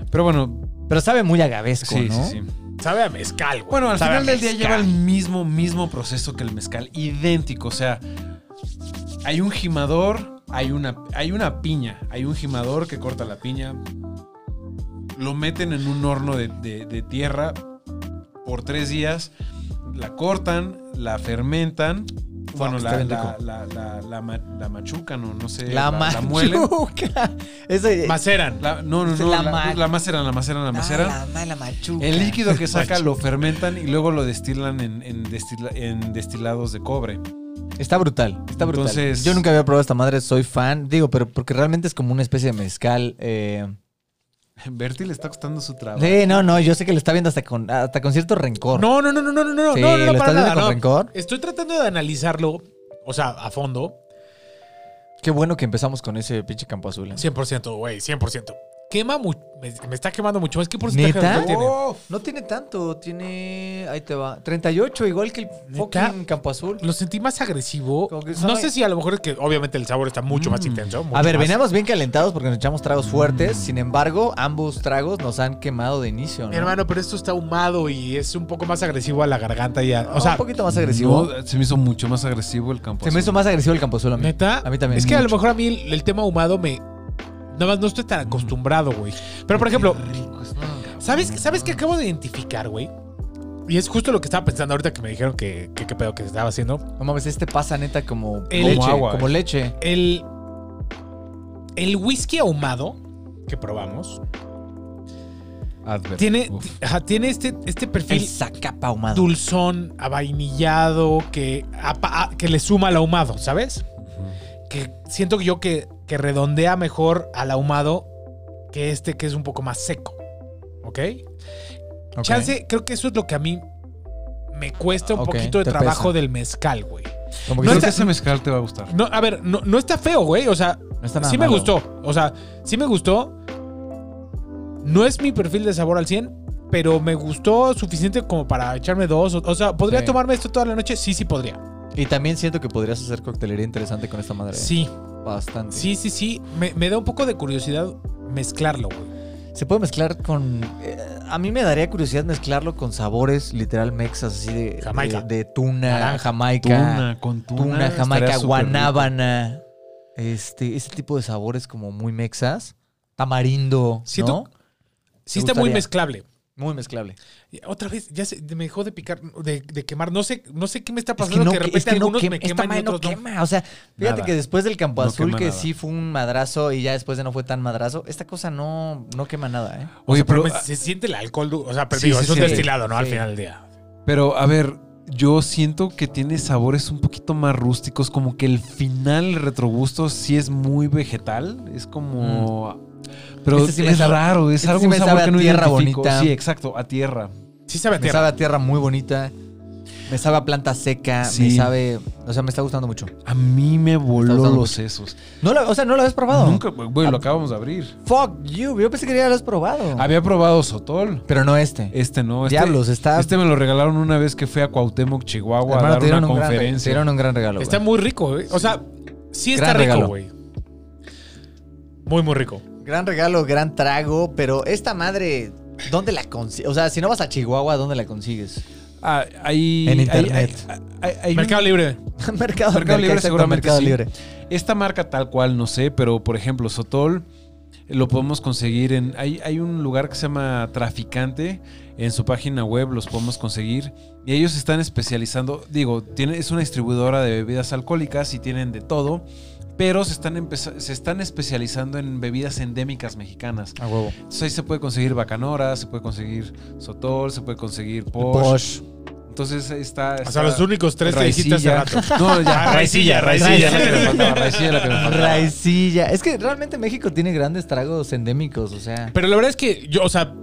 Pero bueno,
Pero sabe muy agavesco,
sí,
¿no?
sí, sí.
Sabe a mezcal, güey.
Bueno, al
Sabe a
final del día lleva
mezcal.
el mismo, mismo proceso que el mezcal, idéntico. O sea, hay un gimador, hay una, hay una piña, hay un gimador que corta la piña, lo meten en un horno de, de- de tierra por tres días, la cortan, la fermentan. Bueno,
está
la,
bien
la,
rico.
la- la- la ma- la machucan o no sé.
La
muelen.
*laughs* machuca. Esa-
Maceran.
La- no, no,
Es
no.
la
La,
ma-
la maceran, la maceran, la maceran.
Ah, la- la machuca.
El líquido que saca lo fermentan y luego lo destilan en, en destila- en destilados de cobre.
Está brutal, está brutal.
Entonces-
Yo nunca había probado esta madre, soy fan. Digo, pero porque realmente es como una especie de mezcal. eh.
Bertie le está costando su trabajo.
Sí, no, no, yo sé que lo está viendo hasta con, hasta con cierto rencor.
No, no, no, no, no, no, no,
Sí,
no, no,
lo
no, para
estás viendo
nada,
con
no.
rencor.
Estoy tratando de analizarlo, o sea, a fondo.
Qué bueno que empezamos con ese pinche campo azul. ¿eh?
100%, güey, 100%. Quema mu- me, me está quemando mucho más. ¿Qué porcentaje
¿Neta?
de alcohol tiene?
No tiene tanto, tiene. Ahí te va. 38, igual que el
¿Neta?
fucking campo azul.
Lo sentí más agresivo.
Como que
No
sabe- Mm.
sé si a lo mejor es que obviamente el sabor está mucho más intenso. mucho
A ver,
más.
veníamos bien calentados porque nos echamos tragos fuertes. Sin embargo, ambos tragos nos han quemado de inicio. ¿no?
Mi hermano, pero esto está ahumado y es un poco más agresivo a la garganta y a-
Ah,
O sea,
un poquito más agresivo.
No, se me hizo mucho más agresivo el campo.
Se me hizo
azul.
más agresivo el campo azul a mí.
neta.
A mí también.
Es que a lo
mucho. Mm.
mejor a mí el, el tema ahumado me. Nada más no estoy tan acostumbrado, güey. Pero por ejemplo, ¿sabes, ¿sabes qué acabo de identificar, güey? Y es justo lo que estaba pensando ahorita que me dijeron que que qué pedo que se estaba haciendo.
No mames, este pasa neta como,
El
como
leche.
agua, como leche.
El, el whisky ahumado que probamos
Advert.
tiene,
Uf.
ajá, tiene este, este
El
perfil
zacapa ahumado.
dulzón, avainillado, que, apa- a- que le suma al ahumado, ¿sabes? Que siento yo que, que redondea mejor al ahumado que este que es un poco más seco. ¿Ok?
Ok.
Chance, creo que eso es lo que a mí me cuesta un
Ah, ok,
poquito de
te
trabajo
pesa.
del mezcal, güey.
Creo
Como que sí-
No
que
está-
ese mezcal te va a gustar.
No, a ver, no, no está feo, güey. O sea,
no está nada
sí me
malo.
gustó. O sea, sí me gustó. No es mi perfil de sabor al 100, pero me gustó suficiente como para echarme dos. O, o sea, ¿podría
Sí.
tomarme esto toda la noche? Sí, sí podría.
Y también siento que podrías hacer coctelería interesante con esta madre. ¿eh?
Sí,
Bastante.
sí, sí, sí. Me, me da un poco de curiosidad mezclarlo, güey.
Se puede mezclar con. eh, a mí me daría curiosidad mezclarlo con sabores literal mexas, así de.
Jamaica.
De, de tuna,
Naranja.
Jamaica.
Tuna, con tuna.
tuna,
estaría
jamaica,
súper rico.
guanábana. Este, este tipo de sabores como muy mexas. Tamarindo,
Siento-
¿no?
Sí
¿Te
está muy
gustaría?
mezclable.
Muy mezclable.
Y Otra vez, ya se, me dejó de picar, de, de quemar. No sé, no sé qué me está
Es
pasando.
que no,
que de
que-
repente
es que no
algunos
quema,
me
esta
queman y
madre no
otros no.
quema. O sea, fíjate
Nada.
que después del Campo
No
Azul,
quema
que
nada.
sí fue un madrazo y ya después de no fue tan madrazo, esta cosa no, no quema nada, ¿eh?
Oye,
Pero
pero, ah,
me- se siente el alcohol, du- o sea, pero
Sí,
digo,
se
es un
siente.
destilado, ¿no? Al
Sí.
final del día.
pero, a ver, yo siento que tiene sabores un poquito más rústicos, como que el final, el retrogusto, sí es muy vegetal. Es como. Pero
Este sí me
es
sabe-
raro, es
este
algo
sí
un
me
sabor
sabe a
que no
tierra
identifico.
bonita.
Sí, exacto, a tierra.
Sí sabe a
Me
tierra.
sabe a tierra muy bonita. Me sabe a planta seca. Me
Sí.
sabe. O sea, me está gustando mucho.
A mí me voló
gustando
los
mucho.
sesos.
No la- o sea, no lo habías probado.
Nunca, güey,
Ah.
lo acabamos de abrir.
Fuck you. Yo pensé que ya lo habías probado.
Había probado Sotol.
Pero no este.
Este no, este,
Diablos, está.
este me lo regalaron una vez que fui a Cuauhtémoc, Chihuahua,
hermano,
a
te
dar
dieron
una
un gran, re- te
conferencia.
dieron un gran regalo.
Está
güey.
muy rico, güey. O sea, sí está
Gran
rico,
regalo.
güey. Muy, muy rico.
Gran regalo, gran trago. Pero esta madre, ¿dónde la consigues? O sea, si no vas a Chihuahua, ¿dónde la consigues?
Ah, ahí-
En
ahí-
internet.
ahí- ahí- ahí-
Mercado Libre.
*laughs* mercado,
Mercado Libre
exacto,
seguramente
Mercado
sí.
Libre.
Esta marca tal cual, no sé, pero por ejemplo, Sotol lo podemos conseguir en... Hay, hay un lugar que se llama Traficante, en su página web los podemos conseguir. Y ellos están especializando, digo, tiene, es una distribuidora de bebidas alcohólicas y tienen de todo, pero se están, empeza- se están especializando en bebidas endémicas mexicanas.
A huevo.
Entonces ahí se puede conseguir Bacanora, se puede conseguir Sotol, se puede conseguir Posh.
Posh.
Entonces ahí está...
O
está
sea, los únicos tres que dijiste hace
Raicilla. *laughs*
rato.
No,
Ah,
ya,
Raicilla,
Raicilla,
Raicilla.
Raicilla, la que me faltaba, Raicilla, la que me faltaba.
Raicilla. Es que realmente México tiene grandes tragos endémicos, o sea.
Pero la verdad es que yo, o sea,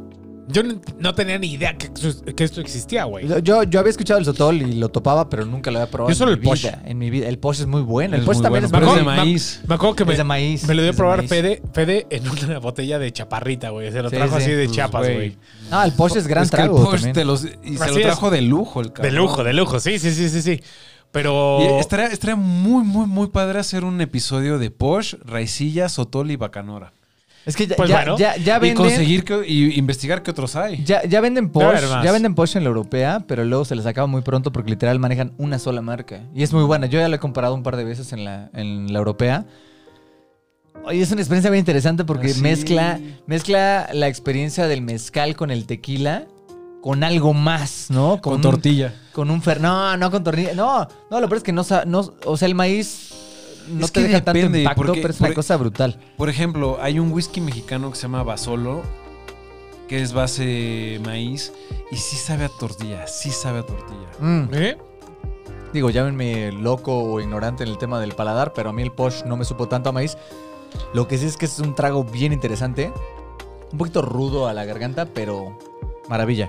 yo no- no tenía ni idea que, que esto existía, güey.
Yo, yo había escuchado el sotol y lo topaba, pero nunca lo había probado.
Yo
en
solo
mi
el posh.
vida, en mi vida. El posh es muy bueno. El
Es
posh
muy
también
bueno,
es
pero
bueno.
es de maíz.
Me acuerdo que me,
Es de maíz.
me lo dio a
es de
probar
maíz.
Fede, Fede en una *laughs* botella de chaparrita, güey. Se lo
Sí,
trajo
sí.
así de
Pues,
Chiapas,
güey.
güey.
Ah, el posh es gran
Es que el
trago.
Porsche
también.
te los- y se
Así
lo
es.
trajo de lujo el
De
cabrón.
lujo, de lujo. Sí, sí, sí, sí,
Y
sí. Pero...
estaría, estaría muy, muy, muy padre hacer un episodio de Porsche, Raicilla, Sotol y Bacanora.
Es que ya,
Pues
ya,
bueno.
ya, ya
Y
venden.
conseguir que- y investigar qué otros hay.
Ya, ya venden
Debe haber
Porsche,
más.
ya venden Porsche en la europea, pero luego se les acaba muy pronto porque literal manejan una sola marca. Y es muy buena. Yo ya la he comparado un par de veces en la, en la europea. Oye, es una experiencia bien interesante porque
Así.
mezcla, mezcla la experiencia del mezcal con el tequila con algo más, ¿no?
Con,
un-
tortilla.
Con un fer... No, no con tornilla. No, no, lo peor es que no, sa- no o sea, el maíz no
Es
te
que
deja tanto
depende,
impacto,
porque-
pero es una
porque-
cosa brutal.
Por ejemplo, hay un whisky mexicano que se llama Basolo, que es base maíz, y sí sabe a tortilla, sí sabe a tortilla.
Mm.
¿Eh?
Digo, llámenme loco o ignorante en el tema del paladar, pero a mí el posh no me supo tanto a maíz. Lo que sí es que es un trago bien interesante, un poquito rudo a la garganta, pero maravilla.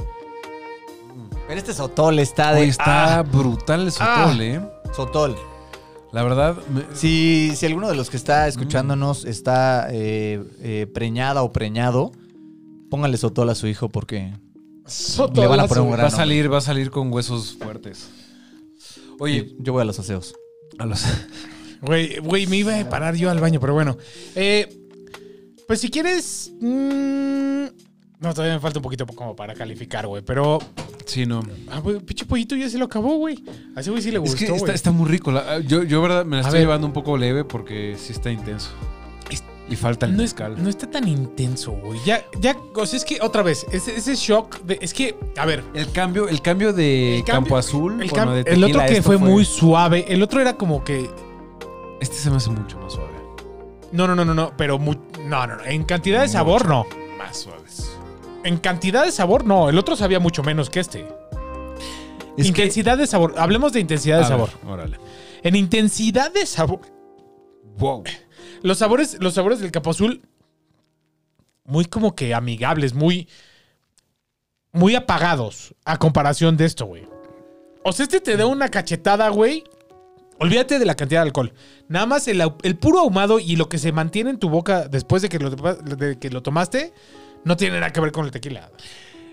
Pero este sotol está de...
Oye, está
¡Ah!
brutal el Sotol,
Ah.
¿eh?
sotol.
La verdad, me-
Si, si alguno de los que está escuchándonos está eh, eh, preñada o preñado, póngale sotol a su hijo porque...
Soto
Le van a
lazo,
poner un
güey.
va a
grano,
salir, va a salir con huesos fuertes. Oye,
Yo voy a los aseos.
a los...
Güey, güey, me iba a parar yo al baño, pero bueno. Eh, pues si quieres. mm, no, todavía me falta un poquito como para calificar, güey. Pero.
Sí, no.
Ah, güey, pinche pollito ya se lo acabó, güey. A ese güey sí le
Es
gustó.
que está,
güey.
está muy rico. la- yo, yo, verdad, me la
A
estoy
ver.
llevando un poco leve porque sí está intenso.
Es-
Y falta el
no, es-
mezcal.
no está tan intenso, güey. Ya, ya, o sea, es que otra vez, ese, ese shock de. Es que, a ver.
El cambio, el cambio de
El cambio-
Campo Azul,
El,
bueno,
cam-
de
el otro
tequila,
que
esto
fue, muy suave. El otro era como que.
Este se me hace mucho más suave.
No, no, no, no, no. Pero mu- no, no, no. En cantidad de sabor, no.
Más suaves.
En cantidad de sabor, no. El otro sabía mucho menos que este. intensidad de sabor. Hablemos de intensidad de sabor.
órale.
En intensidad de sabor.
Wow.
Los sabores, los sabores del capo azul. Muy como que amigables, muy. Muy apagados a comparación de esto, güey. O sea, este te da una cachetada, güey. Olvídate de la cantidad de alcohol. Nada más el, au- el puro ahumado y lo que se mantiene en tu boca después de que lo, de que lo tomaste. No tiene nada que ver con el tequila.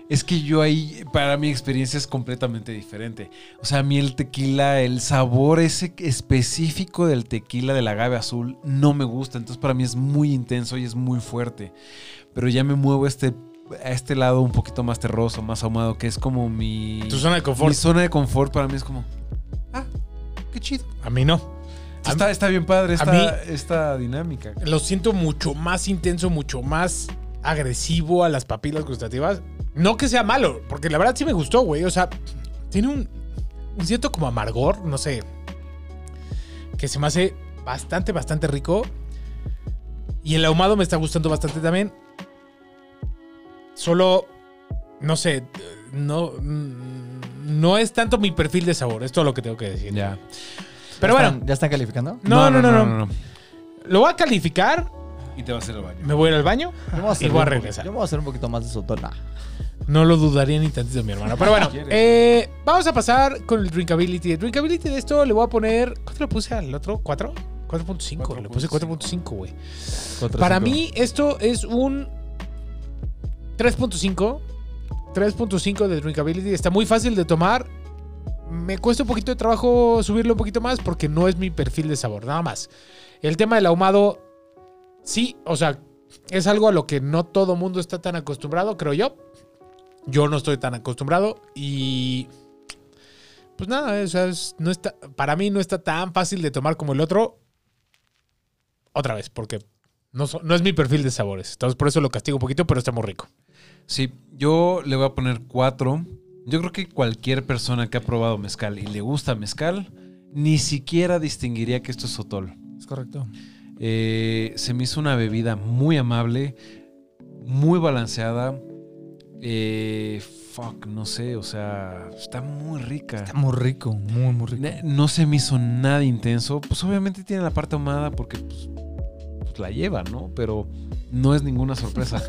Es que yo ahí, para mi experiencia es completamente diferente. O sea, a mí el tequila, el sabor ese específico del tequila del agave azul no me gusta. Entonces para mí es muy intenso y es muy fuerte. Pero ya me muevo a este, a este lado un poquito más terroso, más ahumado, que es como mi...
Tu zona de confort.
Mi zona de confort para mí es como... Ah, qué chido.
A mí no. A
Está, está bien padre esta,
mí-
esta dinámica.
Lo siento mucho más intenso, mucho más agresivo a las papilas gustativas. No que sea malo, porque la verdad sí me gustó, güey. O sea, tiene un, un cierto como amargor, no sé, que se me hace bastante, bastante rico. Y el ahumado me está gustando bastante también. Solo, no sé, no, mm, no es tanto mi perfil de sabor, es todo lo que tengo que decir.
Ya.
Pero
¿Ya
bueno,
están- ¿Ya están
*laughs*
calificando?
no, no, no, no, Lo voy a calificar,
Y te vas al baño.
me voy a ir al baño.
Yo me voy a, servir
voy a
un poquito-
regresar.
yo me voy a hacer un poquito más de Ah, sotona.
No lo dudaría ni tantito, mi hermano. Pero bueno,
Si quieres.
eh, vamos a pasar con el drinkability. El drinkability de esto le voy a poner. ¿Cuánto le puse al otro? ¿Cuatro? 4.5. Le puse 4.5, güey.
Cuatro,
Para
cinco.
mí, esto es un 3.5. 3.5 de drinkability. Está muy fácil de tomar. Me cuesta un poquito de trabajo subirlo un poquito más porque no es mi perfil de sabor, nada más. El tema del ahumado, sí, o sea, es algo a lo que no todo mundo está tan acostumbrado, creo yo. Yo no estoy tan acostumbrado y. Pues nada, o sea, es- no está, para mí no está tan fácil de tomar como el otro. Otra vez, porque no, so- no es mi perfil de sabores. Entonces, por eso lo castigo un poquito, pero está muy rico.
Sí, yo le voy a poner cuatro. Yo creo que cualquier persona que ha probado mezcal y le gusta mezcal, ni siquiera distinguiría que esto es sotol.
Es correcto.
Eh, se me hizo una bebida muy amable, muy balanceada. Eh, fuck, no sé, o sea, está muy rica.
Está muy rico, muy, muy rico.
Na- No se me hizo nada intenso. Pues obviamente tiene la parte ahumada porque pues, pues, la lleva, ¿no? Pero no es ninguna
*laughs*
sorpresa.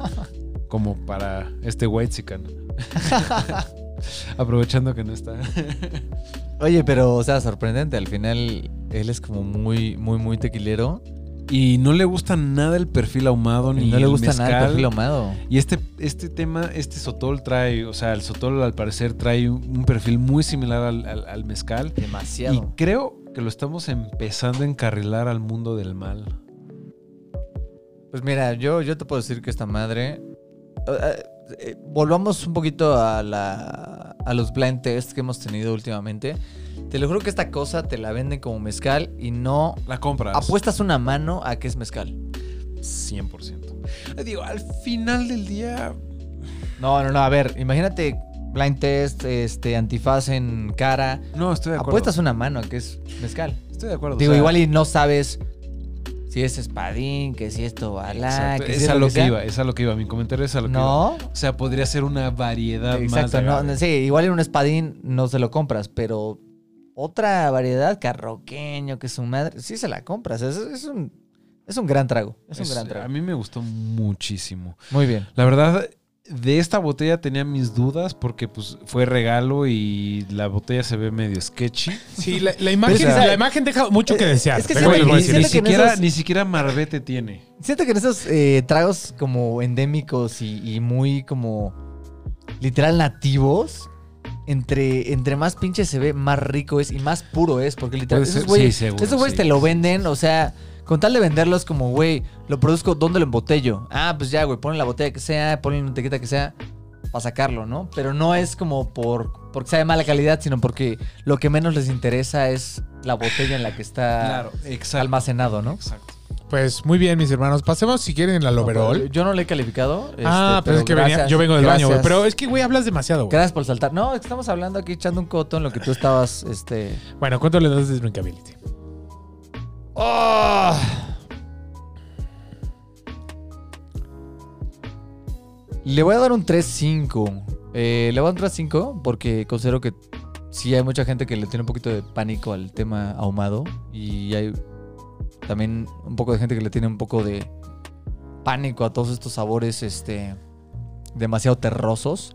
como para este White *laughs* Aprovechando que no está.
Oye, pero, o sea, sorprendente. Al final, él es como muy, muy, muy tequilero.
Y no le gusta nada el perfil ahumado ni
Y no le
el
gusta nada el
mezcal.
perfil ahumado.
Y este, este tema, este sotol trae, o sea, el sotol al parecer trae un, un perfil muy similar al, al- al mezcal. Y
Demasiado.
creo que lo estamos empezando a encarrilar al mundo del mal.
Pues mira, yo, yo te puedo decir que esta madre. eh, eh, volvamos un poquito a, la, a los blind tests que hemos tenido últimamente. Te lo juro que esta cosa te la venden como mezcal y no
La compras.
apuestas una mano a que es mezcal.
100%. Digo, al final del día.
No, no, no. A ver, imagínate blind test, este, antifaz en cara.
No, estoy de acuerdo.
Apuestas una mano a que es mezcal.
Estoy de acuerdo.
Digo,
o sea,
igual y no sabes si es espadín, que si es tobalá,
exacto,
ah, que si
es a lo que,
sea.
iba, es a lo que iba. Mi comentario es a lo que iba.
No,
O sea, podría ser una variedad Ah, más.
exacto.
de
No,
agave.
no, sí, igual en un espadín no se lo compras, pero otra variedad, carroqueño, que su madre, sí se la compras. Es, es un, es un gran trago. Es un
Es- eh,
gran
a
trago.
mí me gustó muchísimo.
Muy bien.
La verdad, de esta botella tenía mis dudas porque pues fue regalo y la botella se ve medio
*laughs*
sketchy.
Sí, la, la imagen,
Pero es que sabe-
la imagen deja mucho que
eh,
desear. pues,
es que
Tengo
sabe-
algo que
pues, ni,
decir.
ni
siento que en
siquiera,
esos-
ni siquiera Marbete tiene.
Siento que en esos eh, tragos como endémicos y, y muy como literal nativos, entre, entre más pinche se ve, más rico es y más puro es. Porque literal,
Puede ser-
esos güeyes,
sí, seguro,
esos güeyes
sí.
te lo venden, o sea, con tal de venderlos como, güey, lo produzco, ¿dónde lo embotello? Ah, pues ya, güey, ponle la botella que sea, ponle una etiqueta que sea para sacarlo, ¿no? Pero no es como por porque sea de mala calidad, sino porque lo que menos les interesa es la botella en la que está
exacto.
almacenado, ¿no?
Exacto.
Pues muy bien, mis hermanos. Pasemos si quieren al overall.
Yo no le he calificado.
ah,
este,
pero es que venía-
gracias,
yo vengo del baño, güey.
gracias.
Pero es que, güey, hablas demasiado, güey.
Gracias por saltar. No, estamos hablando aquí echando un coto en lo que tú estabas, este...
Bueno, ¿cuánto le das de drinkability?
Le voy a dar un 3-5. Eh, le voy a dar un 3-5 porque considero que sí hay mucha gente que le tiene un poquito de pánico al tema ahumado. Y hay también un poco de gente que le tiene un poco de pánico a todos estos sabores, este... Demasiado terrosos.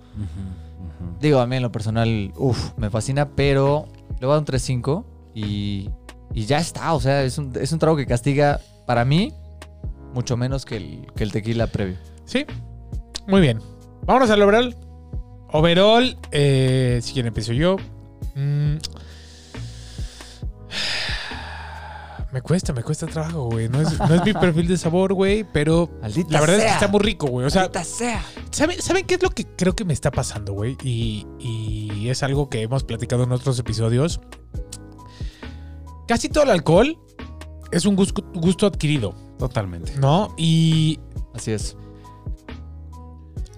Digo, a mí en lo personal, uff, me fascina, pero le voy a dar un 3-5 y, y ya está. O sea, es un, es un trago que castiga para mí mucho menos que el, que el tequila previo.
Sí. Muy bien. Vámonos al overall. Overall, eh, si quieren empiezo yo. Mm. *sighs* Me cuesta, me cuesta trabajo, güey. No es, no es mi perfil de sabor, güey, pero
Maldita
la verdad es que
sea.
está muy rico, güey. O sea,
Maldita sea.
¿Saben, ¿Saben qué es lo que creo que me está pasando, güey? Y, y es algo que hemos platicado en otros episodios. Casi todo el alcohol es un gusto, gusto adquirido,
Totalmente.
¿no? Y
Así es.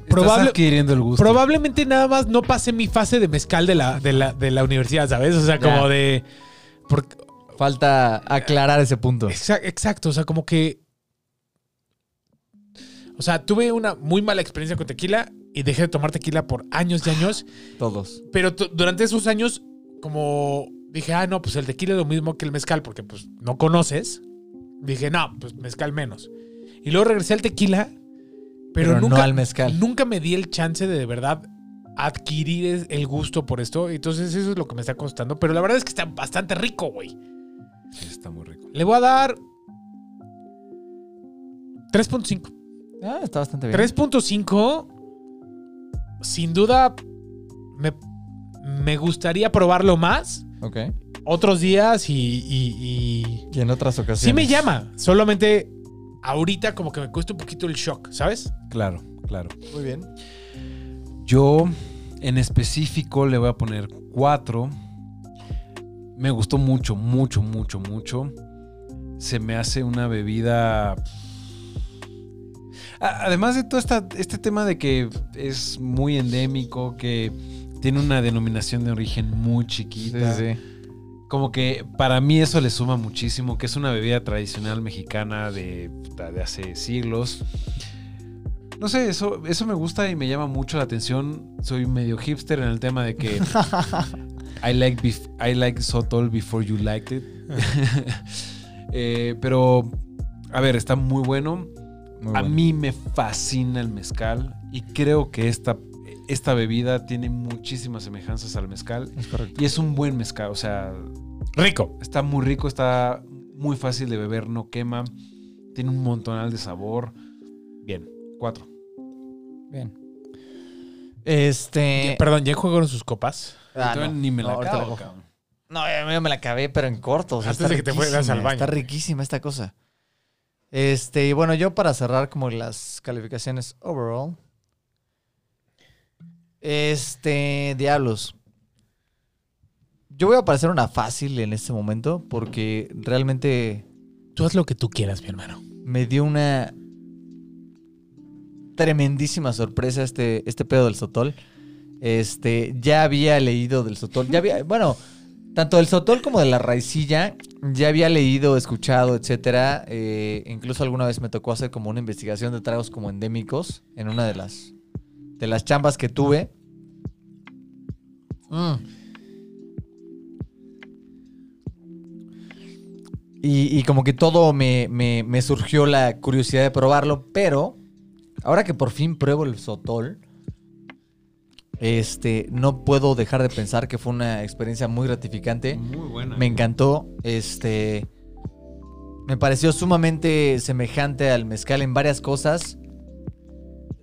Probable-
Estás adquiriendo el gusto.
probablemente nada más no pasé mi fase de mezcal de la, de la, de la universidad, ¿sabes? O sea,
Ya.
como de... por-
Falta aclarar ese punto.
exa- exacto, o sea, como que... O sea, tuve una muy mala experiencia con tequila y dejé de tomar tequila por años y años.
Todos.
pero tu- durante esos años, como dije, ah, no, pues el tequila es lo mismo que el mezcal, porque pues no conoces. Dije, no, pues mezcal menos. Y luego regresé al tequila, pero,
Pero,
nunca,
no al mezcal.
nunca me di el chance de de verdad adquirir es- el gusto por esto. Entonces eso es lo que me está costando. Pero la verdad es que está bastante rico, güey.
Sí, Está muy rico.
Le voy a dar 3.5.
Ah, está bastante bien.
3.5, sin duda, me, me gustaría probarlo más
Ok.
otros días y, y- y-
Y en otras ocasiones.
Sí me llama, solamente ahorita como que me cuesta un poquito el shock, ¿sabes?
Claro, claro.
Muy bien.
Yo en específico le voy a poner 4. Me gustó mucho, mucho, mucho, mucho. Se me hace una bebida... A- Además de todo esta- este tema de que es muy endémico, que tiene una denominación de origen muy
Sí,
chiquita.
sí, sí.
Como que para mí eso le suma muchísimo, que es una bebida tradicional mexicana de, puta, de hace siglos. No sé, eso, eso me gusta y me llama mucho la atención. Soy medio hipster en el tema de que I like, bef- I like Sotol before you liked it. Eh, pero, a ver, está muy bueno.
Muy
A
bueno.
mí me fascina el mezcal y creo que esta, esta bebida tiene muchísimas semejanzas al mezcal.
Es correcto.
Y es un buen mezcal, o sea,
Rico.
Está muy rico, está muy fácil de beber, no quema. Tiene un montonal de sabor. Bien, cuatro.
Bien. Este.
Perdón, ¿ya jugaron sus copas?
Ah,
Yo
no.
ni me la
No, ahorita
acabo,
la cojo.
cabrón.
No, ya me- me la acabé, pero en corto. o sea,
Antes
está
de que te fueras
riquísima,
al baño.
Está riquísima esta cosa. Este, y bueno, yo para cerrar como las calificaciones overall. Este, diablos. Yo voy a parecer una fácil en este momento porque realmente
Tú haz lo que tú quieras, mi hermano.
me dio una tremendísima sorpresa este, este pedo del Sotol. Este, ya había leído del Sotol, ya había, bueno, tanto del Sotol como de la raicilla, ya había leído, escuchado, etcétera. Eh, incluso alguna vez me tocó hacer como una investigación de tragos como endémicos en una de las de las chambas que tuve. Mm. Y, y como que todo me, me- me surgió la curiosidad de probarlo, pero ahora que por fin pruebo el Sotol, este, no puedo dejar de pensar que fue una experiencia muy gratificante.
Muy buena.
Me encantó. Este. Me pareció sumamente semejante al mezcal en varias cosas.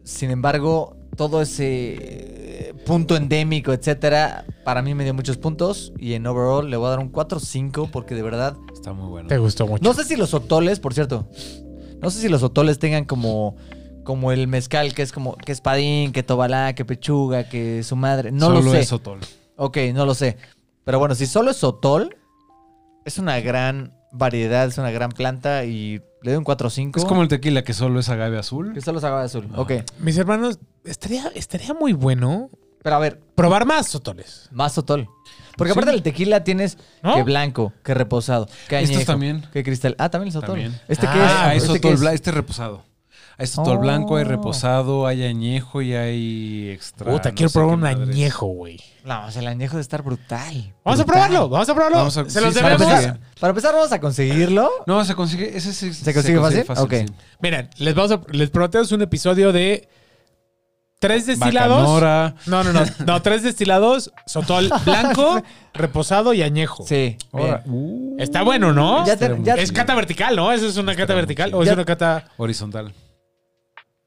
Sin embargo, todo ese eh, punto endémico, etcétera, para mí me dio muchos puntos. Y en overall le voy a dar un 4-5 porque de verdad.
Está muy bueno.
Te gustó mucho.
No sé si los otoles, por cierto. No sé si los otoles tengan como. Como el mezcal, que es como, que espadín, que tobalá, que pechuga, que su madre. No
Solo
lo sé.
es Sotol.
Ok, no lo sé. Pero bueno, si solo es Sotol, es una gran variedad, es una gran planta y le doy un 4 o 5.
Es como el tequila que solo es agave azul.
Que solo es agave azul.
Ah.
Ok.
Mis hermanos, estaría, estaría muy bueno
Pero a ver,
probar más sotoles.
más Sotol. Porque
Sí.
aparte del tequila tienes
¿No?
que blanco, que reposado, que añejo,
Estos también.
que cristal. Ah, también el Sotol.
También.
¿Este qué es?
Ah, hay
¿Este qué
Sotol
es?
blanco, este reposado. Hay Sotol
Oh.
blanco, hay reposado, hay añejo y hay extra.
Puta,
no
quiero
sé
probar
qué
un
madres.
añejo, güey.
No, o sea, el añejo de estar brutal.
Vamos a
Brutal.
probarlo, vamos a probarlo.
Vamos a-
Se los
sí,
Para
vamos a-
debemos.
empezar, para empezar, vamos a conseguirlo.
No, se consigue. Ese sí-
¿Se consigue fácil? Ok.
sí.
Miren, les, vamos a- les prometemos un episodio de tres destilados.
Bacanora.
No, no, no. No, tres destilados,
*laughs*
sotol blanco, reposado y añejo.
Sí.
Ahora,
bien.
uh,
Está bueno, ¿no?
Ya te-
Está
ya-
muy
Es
chido.
cata vertical, ¿no? ¿Esa es una cata vertical o es
Ya-
una cata
horizontal.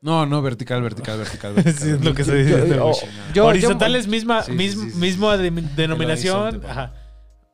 No, no, vertical, vertical, vertical. vertical.
Sí, es lo que estoy
Yo-
diciendo.
yo-
güey.
yo-
Horizontal es misma,
Sí, sí,
mis-
sí, sí.
misma de- denominación.
horizonte, va.
Ajá.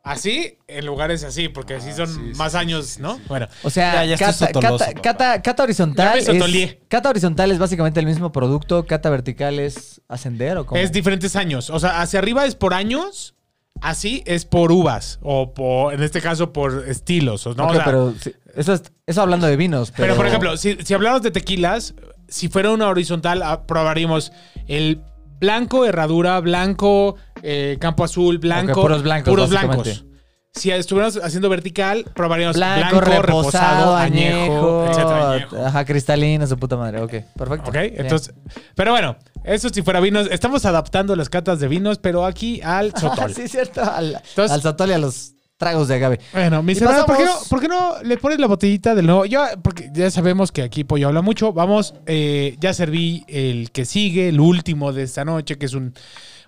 Así, en lugares así, porque así
Ah,
son
sí, sí,
más
sí,
años,
sí, sí,
¿no?
sí.
Bueno.
O sea,
Ya, ya estás
cata,
sotoloso,
cata-
papá.
cata- cata
Ya
horizontal
me
es,
sotolié.
cata horizontal es básicamente el mismo producto, cata vertical es ascender o cómo?
Es diferentes años. O sea, hacia arriba es por años, así es por uvas, o por, en este caso por estilos. ¿no?
Ok,
O sea, pero,
pero sí, eso, es- eso hablando de vinos. Pero,
por ejemplo, si, si hablamos de tequilas, si fuera una horizontal, ah, probaríamos el blanco, herradura, blanco, eh, campo azul, blanco.
Ok, puros blancos,
Puros
básicamente.
blancos. Si estuviéramos haciendo vertical, probaríamos
blanco, reposado, añejo,
etcétera, añejo.
ajá, cristalino, su puta madre. Ok, perfecto.
Ok,
Bien. *laughs*
entonces. Pero bueno, eso si fuera vinos. Estamos adaptando las catas de vinos, pero aquí al
*laughs*
sotol.
Ah, sí, es cierto, al,
Entonces-
al sotol y a los tragos de agave.
Bueno, mi
Y
cerebro, ¿por, qué no,
pasamos-
por qué no le pones la botellita del nuevo? Yo, porque ya sabemos que aquí Pollo habla mucho. Vamos, eh, ya serví el que sigue, el último de esta noche, que es un,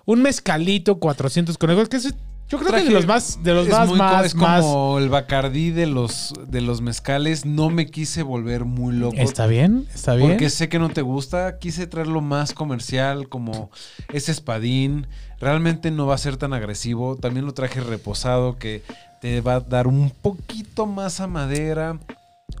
un mezcalito 400 conejos, que es, yo creo que
Traje-
de los más, de los
es
más,
muy co-
más,
es
más.
como el Bacardí de los, de los mezcales. No me quise volver muy loco.
Está bien, está bien.
Porque sé que no te gusta, quise traerlo más comercial, como ese espadín. Realmente no va a ser tan agresivo. También lo traje reposado, que te va a dar un poquito más a madera.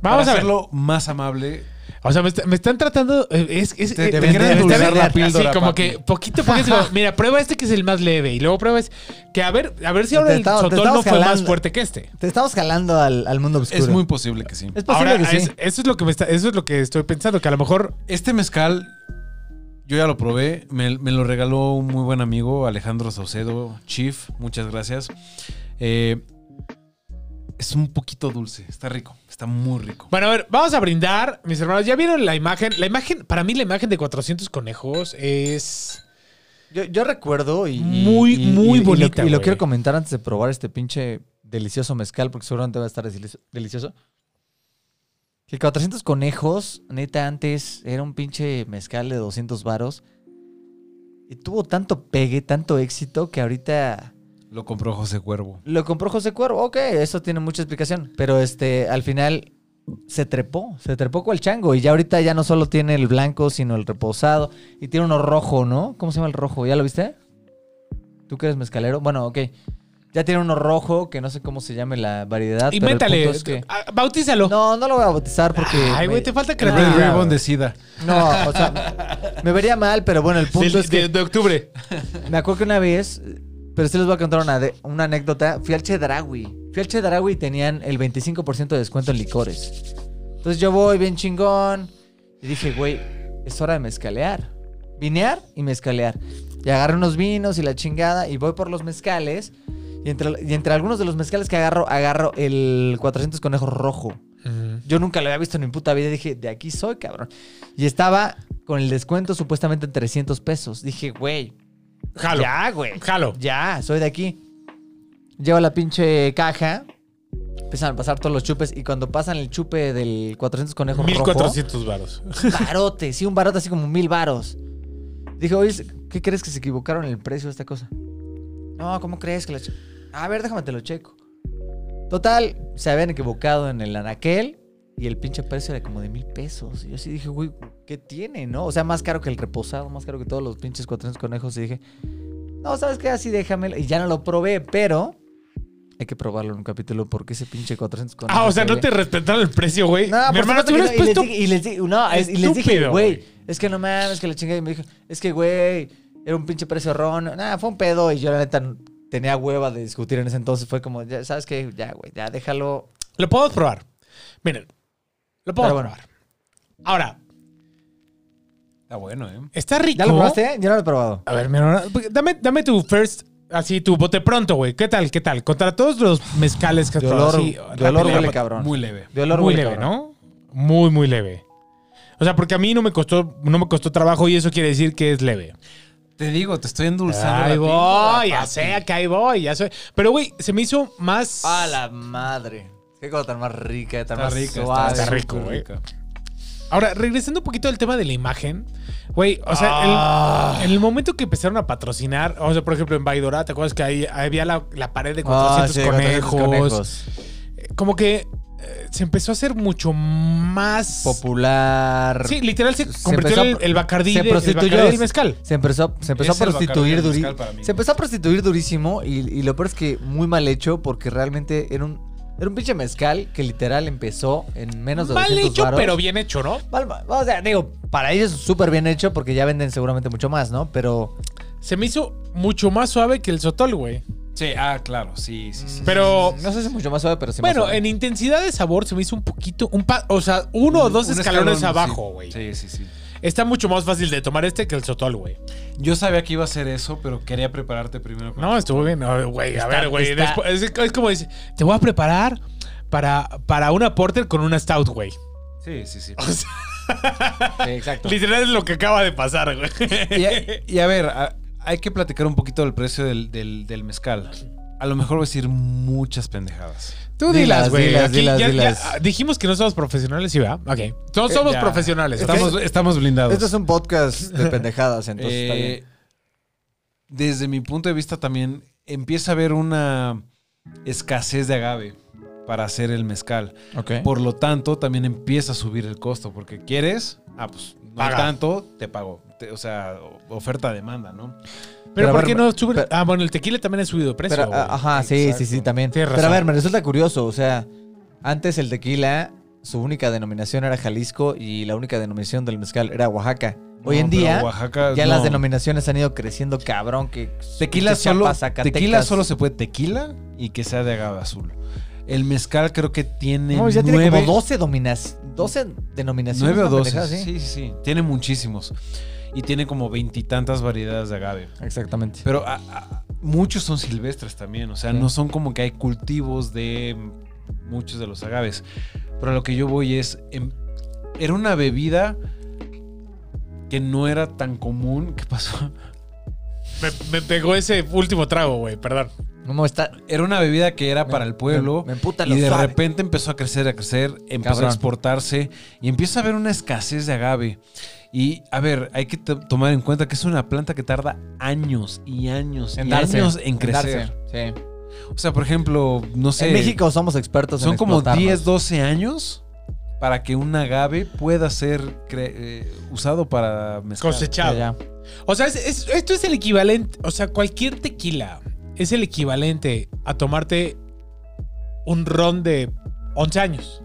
Vamos
para
a verlo.
hacerlo más amable.
O sea, me, está- me están tratando. eh, Es, es,
Te-
eh,
te
me
vendría
están-
a
me están-
endulzar la píldora,
Así, como
papi.
que poquito, poquito. mira, prueba este que es el más leve. Y luego prueba ese. Que a ver, a ver si
Te
ahora el
estaba- te
sotol
estabas
no fue más
jalando.
fuerte que este.
Te estamos jalando al, al mundo oscuro.
Es muy posible que sí.
Es posible
Ahora,
que sí.
es- eso es lo que me está, eso es lo que estoy pensando, que a lo mejor
Este mezcal, yo ya lo probé. Me, me lo regaló un muy buen amigo, Alejandro Saucedo, Chief. Muchas gracias. Eh, es un poquito dulce. Está rico. Está muy rico.
Bueno, a ver, vamos a brindar, mis hermanos. ¿Ya vieron la imagen? La imagen, para mí la imagen de 400 conejos es...
Ah, Yo, yo recuerdo y. y-
Muy,
y-
muy
y- y lo-
bonita,
Y lo,
güey.
quiero comentar antes de probar este pinche delicioso mezcal, porque seguramente va a estar delici- delicioso. Que 400 conejos, neta, antes era un pinche mezcal de 200 varos. Y tuvo tanto pegue, tanto éxito, que ahorita
Lo compró José Cuervo.
lo compró José Cuervo. Ok, eso tiene mucha explicación. Pero este, al final se trepó, se trepó con el chango. Y ya ahorita ya no solo tiene el blanco, sino el reposado. Y tiene uno rojo, ¿no? ¿Cómo se llama el rojo? ¿Ya lo viste? ¿Tú que eres mezcalero? Bueno, ok. Ya tiene uno rojo, que no sé cómo se llame la variedad.
y
pero el
métale,
punto es que-
ah, bautízalo.
No, no lo voy a bautizar porque.
Ay,
me-
güey, te falta
Que Red
creatividad.
Ribbon de Sida.
No, o sea, me vería mal, pero bueno, el punto
Del-
es que.
de, de octubre.
Me acuerdo que una vez, eh, pero sí les voy a contar una, de- una anécdota. Fui al Chedraui. Fui al Chedraui y tenían el 25% de descuento en licores. Entonces yo voy bien chingón. Y dije, güey, es hora de mezcalear. Vinear y mezcalear. Y agarré unos vinos y la chingada. Y voy por los mezcales. Y entre, y entre algunos de los mezcales que agarro, agarro el 400 conejos rojo. Yo nunca lo había visto en mi puta vida. Dije, de aquí soy, cabrón. Y estaba con el descuento supuestamente en 300 pesos. Dije, güey,
Jalo,
ya, güey.
jalo.
Ya, soy de aquí. Llevo la pinche caja. Empiezan a pasar todos los chupes. Y cuando pasan el chupe del 400 conejos
1400 varos.
rojo, *laughs* barote. Sí, un barote así como mil varos. Dije, oye, ¿qué crees que se equivocaron en el precio de esta cosa? No, ¿cómo crees que la... ch- A ver, déjame te lo checo. Total, se habían equivocado en el anaquel. Y el pinche precio era como de mil pesos. Y yo sí dije, güey, ¿qué tiene, no? O sea, más caro que el reposado, más caro que todos los pinches 400 conejos. Y dije, no, ¿sabes qué? Así déjamelo. Y ya no lo probé, pero hay que probarlo en un capítulo porque ese pinche 400 conejos.
Ah, o sea,
se
no
ve-
te respetaron el precio, güey.
No,
Mi
por
hermano, te
supuesto
hubieras
que
puesto...
no. Y les dije- Y les dije, no, es- y les dije,
Estúpido,
güey,
güey.
es que no mames, que la chingada. Y me dijo, es que, güey, era un pinche precio ron. Nada, fue un pedo. Y yo, la neta, tenía hueva de discutir en ese entonces. Fue como, ya, ¿sabes qué? Ya, güey, ya déjalo.
Lo podemos probar. Miren, lo podemos
Pero bueno.
probar. Ahora,
Está bueno, ¿eh?
está rico.
¿Ya lo probaste? Yo no lo he probado.
A ver, mi hermano, pues, dame, dame tu first, así tu bote pronto, güey. ¿Qué tal? ¿Qué tal? Contra todos los mezcales que has
De
probado,
olor,
así,
de olor
rápido,
huele
rápido.
cabrón.
Muy leve.
de olor
Muy
huele
leve,
cabrón.
¿no? Muy, muy leve. O sea, porque a mí no me costó, no me costó trabajo y eso quiere decir que es leve.
Te digo, te estoy endulzando.
Ahí
la
voy,
píldora,
ya
papi.
sé, que ahí voy, ya sé. Pero, güey, se me hizo más.
A la madre. Qué cosa tan más rica,
Está
tan más
rica,
suave.
está,
Está rico,
rico,
güey. Ahora, regresando un poquito al tema de la imagen, güey, o sea, el-
Ah.
en el momento que empezaron a patrocinar, o sea, por ejemplo, en Baidora, ¿te acuerdas que ahí había la, la pared de
Ah,
400
sí,
conejos?
400 conejos.
como que eh, se empezó a hacer mucho más
Popular.
Sí, literal se
Se
convirtió
empezó a
el,
pro-
el Bacardí,
se
de- el
prostituyó.
Bacardí del mezcal.
Se empezó, se empezó a
Es el
prostituir
Bacardí del
durísimo.
mezcal para mí.
Se empezó a prostituir durísimo y, y lo peor es que muy mal hecho porque realmente era un, era un pinche mezcal que literal empezó en menos de
Mal
200
hecho,
varos.
pero bien hecho, ¿no?
Mal- mal- o sea, digo, para ellos súper bien hecho porque ya venden seguramente mucho más, ¿no? Pero
Se me hizo mucho más suave que el Sotol, güey.
Sí, ah, claro, sí, sí, sí.
Pero,
no sé si mucho más suave, pero sí más
bueno,
suave.
en intensidad de sabor se me hizo un poquito, un pa- o sea, uno o dos
Un
escalones
escalón,
abajo,
sí.
güey.
Sí, sí, sí.
Está mucho más fácil de tomar este que el Sotol, güey.
Yo sabía que iba a hacer eso, pero quería prepararte primero. con-
No, estuvo bien. A ver, Güey, a
Está-
ver, güey.
está-
después- Es, es como dice, te voy a preparar para, para una porter con una stout, güey.
Sí, sí, sí.
Sí, exacto.
Literal es lo que acaba de pasar, güey.
Y
*laughs*
a, y a ver, a- hay que platicar un poquito del precio del, del- del mezcal. A lo mejor voy a decir muchas pendejadas.
Tú dilas,
Dilas,
güey.
dilas,
Aquí
dilas,
ya- ya-
dilas.
ah, dijimos que no somos profesionales, ¿sí, va? Ok. No somos
ya.
profesionales. ¿ok?
Estamos, estamos blindados.
Esto Este es un podcast *laughs* de pendejadas, entonces está
Eh,
bien.
Desde mi punto de vista también empieza a haber una escasez de agave para hacer el mezcal. Por lo tanto, también empieza a subir el costo porque quieres, ah, pues no hay
Paga.
tanto, te pago. Te- o sea, o- oferta-demanda, ¿no?
Pero,
Pero a
¿por
ver,
qué no suben?
pero-
ah, bueno, el tequila también ha subido de precio.
Pero,
güey.
ah, ajá, sí,
Exacto.
sí, sí, también.
Tienes
Pero a
razón.
ver, me resulta curioso, o sea, antes el tequila, su única denominación era Jalisco y la única denominación del mezcal era Oaxaca. Hoy
No,
en
pero
día,
Oaxaca,
ya
no.
las denominaciones han ido creciendo cabrón, que
Tequila
que
solo,
Este, Chiapas, Zacatecas-
tequila solo se puede tequila y que sea de agave azul. El mezcal creo que tiene
No, ya
nueve,
tiene como 12, dominas, 12 denominaciones.
nueve o
una
doce.
pendejada
Sí,
así.
sí, sí. Tiene muchísimos. Y tiene como veintitantas variedades de agave.
Exactamente.
Pero a- a- muchos son silvestres también. O sea,
Sí.
no son como que hay cultivos de muchos de los agaves. Pero a lo que yo voy es. em, era una bebida que no era tan común. ¿Qué pasó? *laughs*
Me, me pegó ese último trago, güey, perdón.
¿Cómo está?
Era una bebida que era para el pueblo.
Me, me emputa lo
Y de
suave.
repente empezó a crecer, a crecer, empezó
Cabrón.
a exportarse y empieza a haber una escasez de agave. Y a ver, hay que to- tomar en cuenta que es una planta que tarda años y años y
En darse,
años en
darse,
crecer.
sí.
O sea, por ejemplo, no sé,
En México somos expertos en
son como
explotarnos.
10, 12 años para que un agave pueda ser cre- eh, usado para mezclar.
Cosechado.
Ya, ya.
O sea, es- es- esto es el equivalente. O sea, cualquier tequila es el equivalente a tomarte un ron de 11 años.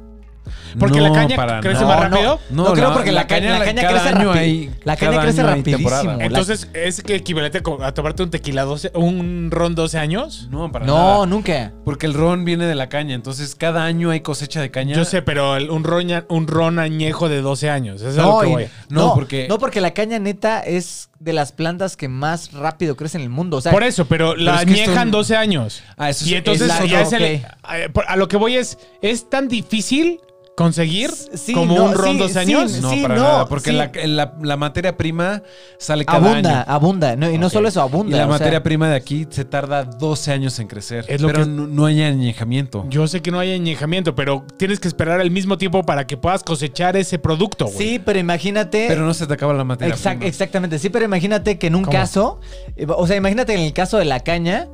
Porque la caña crece
nada.
más rápido.
No,
No, creo
la-
porque la,
la
caña,
caña-
la caña
cada
crece
año
rápido.
hay-
la caña
cada
crece
año hay
rapidísimo.
temporada.
La-
Entonces, es el equivalente co- a tomarte un tequila 12, un ron 12 años.
No, para nada.
no, nunca.
Porque el ron viene de la caña, entonces cada año hay cosecha de caña.
Yo sé, pero el- un, ron, ña- un ron añejo de 12 años. Eso es a lo
No,
que
y-
voy.
No,
no,
porque-
porque... no, porque la caña neta es de las plantas que más rápido crece en el mundo. O sea,
Por eso, pero la
es que esto-
añejan 12 años.
Ah, eso es-
y entonces
es-
ya
es
es el-
ok.
a- por- a lo que voy es, es tan difícil conseguir
Sí,
como
no,
un ron
sí,
12
sí,
años.
No,
Sí,
para
no,
nada, porque
sí.
la, la- la materia prima sale cada
abunda,
año.
abunda. No, y no
Ok.
solo eso,
Y
abunda.
la
o
materia
sea,
prima de aquí se tarda 12 años en crecer.
Es lo
pero
que-
no, no hay añejamiento.
Yo sé que no hay añejamiento, pero tienes que esperar el mismo tiempo para que puedas cosechar ese producto, güey.
Sí, pero imagínate.
Pero no se te acaba la materia
Exact-
prima.
exactamente, sí, pero imagínate que en un
¿Cómo?
caso, eh, o sea, imagínate en el caso de la caña,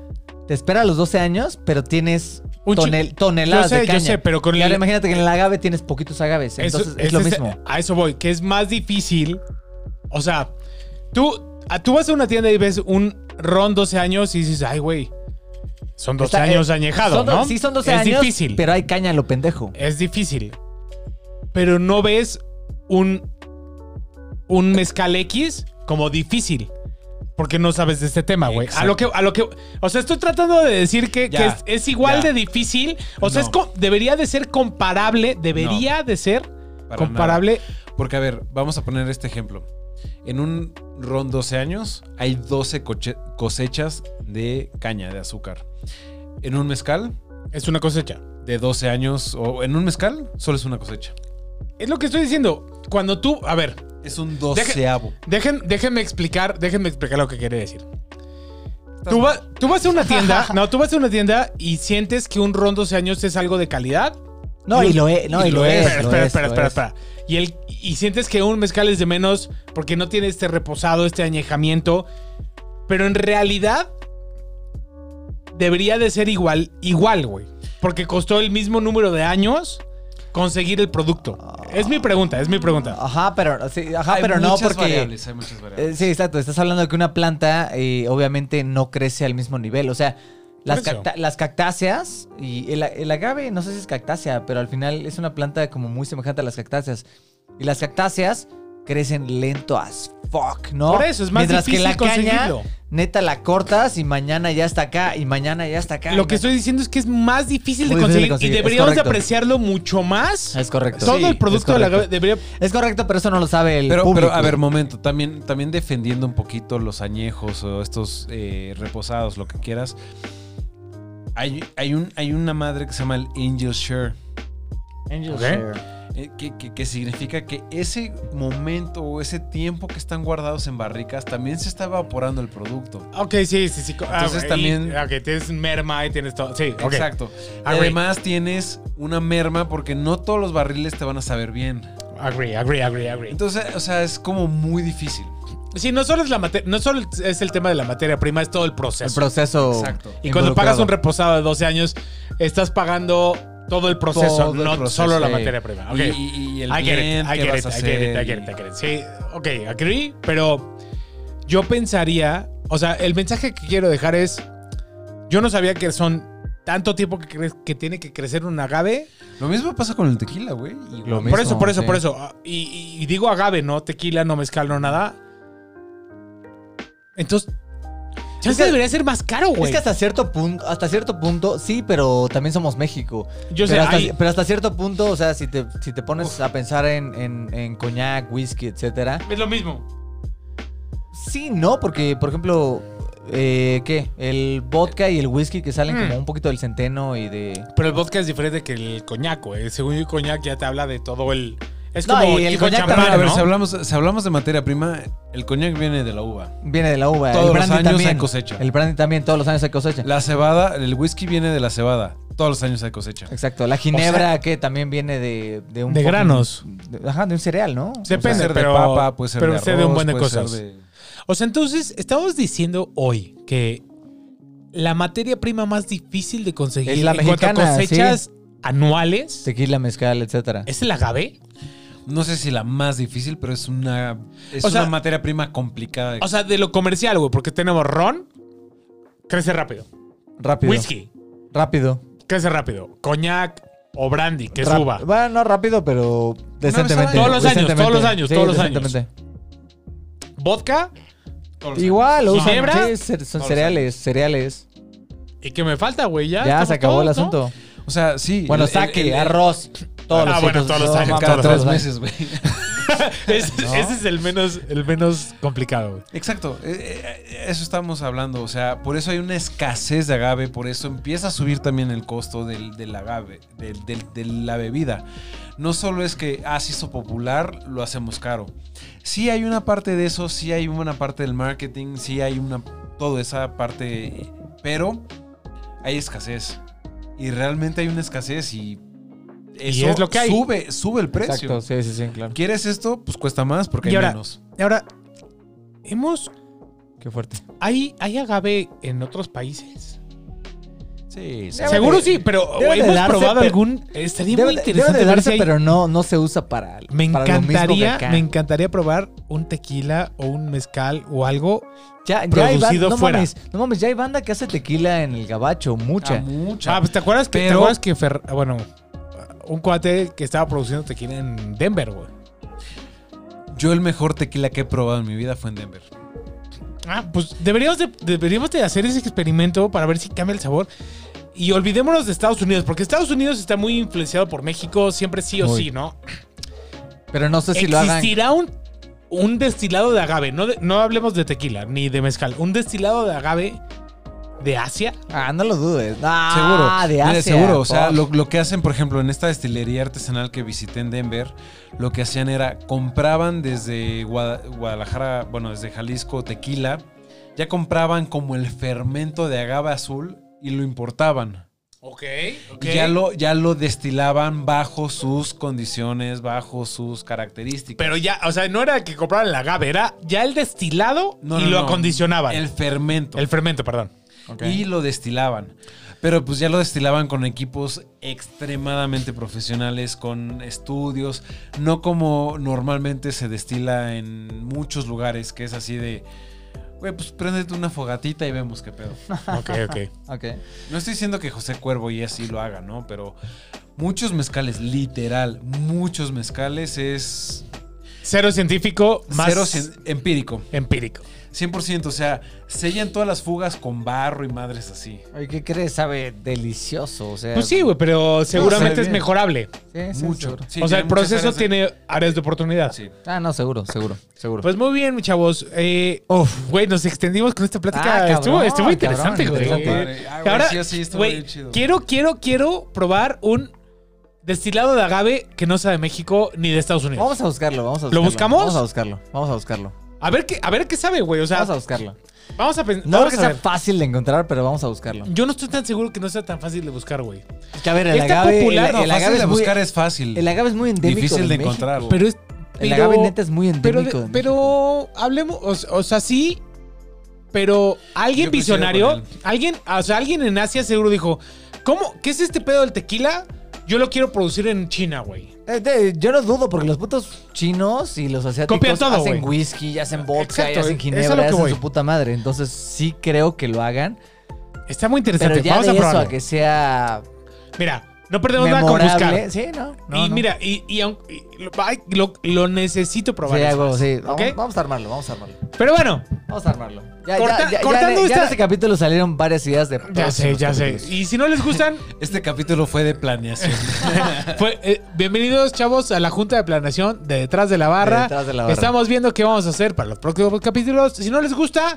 te espera a los 12 años, pero tienes
Un chi-
tonel- toneladas
Yo sé,
de
yo
caña.
sé, pero con
Y ahora
el-
imagínate que en el agave tienes poquitos agaves,
Eso-
Este, entonces es lo
ese
mismo.
A eso voy, que es más difícil. O sea, tú, a- tú vas a una tienda y ves un ron 12 años y dices, ay, güey, son 12
Está-
años
eh,
añejado,
son do-
¿no?
Sí, son 12
es
años,
difícil.
pero hay caña a lo pendejo.
Es difícil. Pero no ves un, un mezcal X como difícil. Porque no sabes de este tema, güey. A
Exacto.
lo que, a lo que. O sea, estoy tratando de decir que,
Ya,
que es, es igual
ya.
de difícil. O sea,
No.
es co- debería de ser comparable. Debería de ser
Para
comparable.
nada. Porque, a ver, vamos a poner este ejemplo. En un ron 12 años hay 12 coche- cosechas de caña de azúcar. En un mezcal
Es una cosecha.
de 12 años, o en un mezcal, solo es una cosecha.
Es lo que estoy diciendo. Cuando tú. A ver,
Es un doceavo.
dejen, déjenme explicar. Déjenme explicar lo que quería decir. Tú, va- tú vas a una tienda. no, tú vas a una tienda y sientes que un ron 12 años es algo de calidad.
No,
Y
y
un-
lo es, no, y lo es.
Espera,
lo
espera,
es,
espera,
lo
espera,
es.
espera. Y, el, y sientes que un mezcal es de menos porque no tiene este reposado, este añejamiento. Pero en realidad debería de ser igual, igual, güey. Porque costó el mismo número de años conseguir el producto? Es mi pregunta, es mi pregunta.
Ajá, pero, sí, ajá, Ah, pero no
muchas
porque...
variables, hay muchas
Eh,
variables.
sí, exacto. Estás hablando de que una planta eh, obviamente no crece al mismo nivel. O sea, las,
Por eso.
cacta- las cactáceas y el, el agave, no sé si es cactácea, pero al final es una planta como muy semejante a las cactáceas. Y las cactáceas crecen lento as fuck, ¿no?
Por eso es más
Mientras
difícil
que la caña,
conseguirlo.
neta la cortas y mañana ya está acá y mañana ya está acá.
Lo que
y ma-
estoy diciendo es que es más difícil de
Muy
conseguir,
difícil de conseguir,
y
es
deberíamos de
correcto.
apreciarlo mucho más.
Es correcto.
Todo
Sí,
el producto
es
de la
correcto.
debería
Es correcto, pero eso no lo sabe el
Pero,
público.
pero, a ver, momento, también, también defendiendo un poquito los añejos o estos eh, reposados, lo que quieras. Hay, hay, un, hay una madre que se llama el Angel Share.
Angel
Ok.
share.
eh, que, que- que significa que ese momento o ese tiempo que están guardados en barricas también se está evaporando el producto.
Ok, sí, sí, sí. Ah,
Entonces
y-
también-
Ok, tienes merma y tienes todo. Sí, ok. Ah,
Exacto.
Agree.
Además tienes una merma porque no todos los barriles te van a saber bien.
Agree, agree, agree, agree.
Entonces, o sea, es como muy difícil.
Sí, no solo es la mate- no solo es el tema de la materia prima, es todo el
El
proceso.
proceso.
Exacto.
y cuando pagas
involucrado.
un reposado de 12 años, estás pagando todo el proceso,
Todo el
no
proceso,
solo la
sí.
materia prima. Ok.
Y, y- y el
I get it,
blend
I
que
get
vas
it,
a
I get it, I
hacer
get it,
y-
I get it. Sí, ok, agree, pero yo pensaría, o sea, el mensaje que quiero dejar es, yo no sabía que son tanto tiempo que, cre- que tiene que crecer un agave.
Lo mismo pasa con el tequila, güey. Igual.
Lo
por eso,
mismo,
por eso,
sí.
por eso. Ah, Y, y- y digo agave, ¿no? Tequila, no mezcal, no nada. Entonces, ya
Es que-
debería ser más caro,
Es
güey.
que hasta cierto punto, hasta cierto punto, sí, pero también somos México.
yo sé,
pero, hasta,
hay-
pero hasta cierto punto, o sea, si te, si te pones a pensar en, en- en coñac, whisky, etcétera,
es lo mismo.
sí, no, porque, por ejemplo, eh, ¿qué? El vodka y el whisky que salen
Mm.
como un poquito del centeno y de...
Pero el vodka es diferente que el coñac, güey. Según yo, el coñac ya te habla de todo el. Es
No,
como
y el
tipo
coñac
champán,
también,
A ver,
¿no?
si, hablamos, si hablamos de materia prima, el coñac viene de la uva.
Viene de la uva.
Todos los
el brandy
años
también.
hay cosecha.
El brandy también, todos los años hay cosecha.
La cebada, el whisky viene de la cebada. Todos los años hay cosecha.
Exacto. La ginebra que también viene de, de un...
de
fucking-
granos.
de- ajá, de un cereal, ¿no?
Se
Puede
Depende,
ser de
pero-
papa, puede ser
pero
de
sé
arroz,
de un buen de
puede ser
cosas.
de-
O sea, entonces, estamos diciendo hoy que la materia prima más difícil de conseguir
Es la
en cuanto a
mexicana,
cosechas anuales
Tequila, mezcal, etcétera.
es el agave.
No sé si la más difícil, pero es una, es
O sea-
una materia prima complicada.
O sea, de lo comercial, güey, porque tenemos ron, crece rápido.
Rápido.
Whisky,
Rápido.
crece rápido. Coñac o brandy, que
Rap-
suba.
Bueno, no rápido, pero decentemente.
año. Todos los años,
decentemente.
todos los años, todos los años.
decentemente.
Vodka.
Igual, lo usan-
¿Ginebra?
sí, son
los
cereales, cereales.
¿Y qué me falta, güey? Ya,
Ya,
estamos
se acabó
todos,
el
¿no?
asunto.
O sea, sí.
Bueno,
el- el-
saque,
el-
arroz, todos
Ah,
los
bueno, todos los años,
*laughs*
mames,
Cada
todos
tres
los
meses,
años.
güey.
*laughs* ese,
¿No?
ese es el menos, el menos complicado, güey.
Exacto, eh, eh, eso estamos hablando, o sea, por eso hay una escasez de agave, por eso empieza a subir también el costo del, del agave, del- del- de la bebida. No solo es que, ah, se hizo popular, lo hacemos caro. Sí hay una parte de eso, sí hay una parte del marketing, sí hay una, toda esa parte, eh, pero hay escasez. Y realmente hay una escasez y eso
es lo que hay.
sube, sube el precio.
Exacto, sí, sí, sí, claro.
¿Quieres esto? Pues cuesta más porque
Y
hay
ahora-
menos.
Y ahora, hemos.
Qué fuerte.
¿Hay, hay agave en otros países?
Sí, sí.
Seguro sí, pero
debe de
hemos
darse,
probado
pero-
algún. Estaría
Debe,
muy
de-
interesante
debe de
ver
darse,
si hay-
pero no, no se usa para.
Me
para lo mismo que
encantaría,
acá.
me encantaría probar un tequila o un mezcal o algo
ya, ya hay ban-
producido
no
fuera.
Mames, no mames, ya hay banda que hace tequila en el gabacho, mucha.
Ah, mucha.
Ah, pues te acuerdas que, ¿te
Pero-
acuerdas que Fer- ah, bueno, un cuate que estaba produciendo tequila en Denver, güey.
Yo el mejor tequila que he probado en mi vida fue en Denver.
Ah, pues deberíamos de, deberíamos de hacer ese experimento para ver si cambia el sabor. Y olvidémonos de Estados Unidos, porque Estados Unidos está muy influenciado por México, siempre sí o
Muy.
sí, ¿no? Ah,
pero no
Pues
sé si lo hagan.
Existirá un, un destilado de agave, no, de- no hablemos de tequila ni de mezcal, un destilado de agave de Asia.
Ah, no lo dudes. Ah,
Seguro.
de
Mira,
Asia.
seguro. O sea,
por-
lo, lo que hacen, por ejemplo, en esta destilería artesanal que visité en Denver, lo que hacían era compraban desde Guada- Guadalajara, bueno, desde Jalisco tequila, ya compraban como el fermento de agave azul y lo importaban.
Ok,
Y ya lo, ya lo destilaban bajo sus condiciones, bajo sus características.
Pero ya, o sea, no era que compraban el agave, era ya el destilado
No,
y
no,
lo
no.
acondicionaban.
el
El,
fermento.
fermento, perdón.
Ok.
y lo destilaban. Pero pues ya lo destilaban con equipos extremadamente profesionales, con estudios, no como normalmente se destila en muchos lugares, que es así de, güey, pues préndete una fogatita y vemos qué pedo.
Ok, ok.
Ok.
No estoy diciendo que José Cuervo y así lo haga, ¿no? Pero muchos mezcales, literal, muchos mezcales es
Cero científico, más
cero cien- Eh, empírico.
empírico.
100%, o sea, sellan todas las fugas con barro y madres así.
Oye, ¿qué crees? Sabe delicioso. O sea,
Pues sí, güey, pero seguramente
sabe
es
bien.
mejorable.
Sí, sí,
Mucho.
seguro.
Sí,
o sea,
tiene
el
muchas
proceso
áreas de-
tiene áreas de oportunidad.
Sí.
Ah, no, seguro, seguro, seguro.
Pues muy bien, mis chavos. Eh, uf, güey, nos extendimos con esta plática.
Ah, cabrón,
estuvo, estuvo
cabrón,
interesante, güey.
estuvo
padre. Ah,
Y ahora,
güey, sí, sí, estuvo
güey,
bien chido.
quiero, quiero, quiero probar un destilado de agave que no sea de México ni de Estados Unidos.
vamos a buscarlo, vamos a buscarlo.
¿Lo buscamos?
Vamos a buscarlo, vamos a buscarlo.
a ver qué, a ver qué sabe, güey. O sea,
Vamos a buscarlo.
vamos a pensar.
No creo que sea fácil de encontrar, pero vamos a buscarlo.
Yo no estoy tan seguro que no sea tan fácil de buscar, güey.
Es que, a ver, el
Está
agave,
popular,
el,
No,
el
fácil
agave
de
es muy,
buscar es fácil.
el agave es muy endémico
Difícil de
México.
encontrar.
Pero es.
El
pero-
agave neta es muy
pero,
endémico.
de-
de México.
pero hablemos, o, s- o sea, sí, pero alguien
Yo coincido
visionario,
con él.
alguien, o sea, alguien en Asia seguro dijo, ¿cómo? ¿Qué es este pedo del tequila? Yo lo quiero producir en China, güey.
Eh, de- yo no dudo porque los putos chinos y los asiáticos
Copian todo,
hacen
güey.
whisky, hacen vodka,
Exacto,
y hacen
es- es a lo
ginebra,
que
hacen
voy.
su puta madre. Entonces sí creo que lo hagan,
Está muy
pero
interesante.
ya
Vamos
de
a
eso a
probarlo.
que sea
Mira, no perdemos nada con buscar.
memorable, sí, no. no,
y
no.
mira, y, y aun- y lo, ay, lo- lo necesito probar.
Sí,
es
hago,
más,
sí. Vamos,
¿ok?
vamos a armarlo, vamos a armarlo.
Pero bueno,
Vamos a armarlo. Ya,
Corta-
ya, ya, ya
cortando
en- ya
esta-
en este capítulo salieron varias ideas de.
ya sé,
próximos
ya sé.
capítulos.
Y si no les gustan,
Este capítulo fue de planeación.
Fue, eh, bienvenidos, chavos, a la Junta de Planeación de Detrás de la Barra.
Detrás de la Barra.
Estamos viendo qué vamos a hacer para los próximos capítulos. Si no les gusta,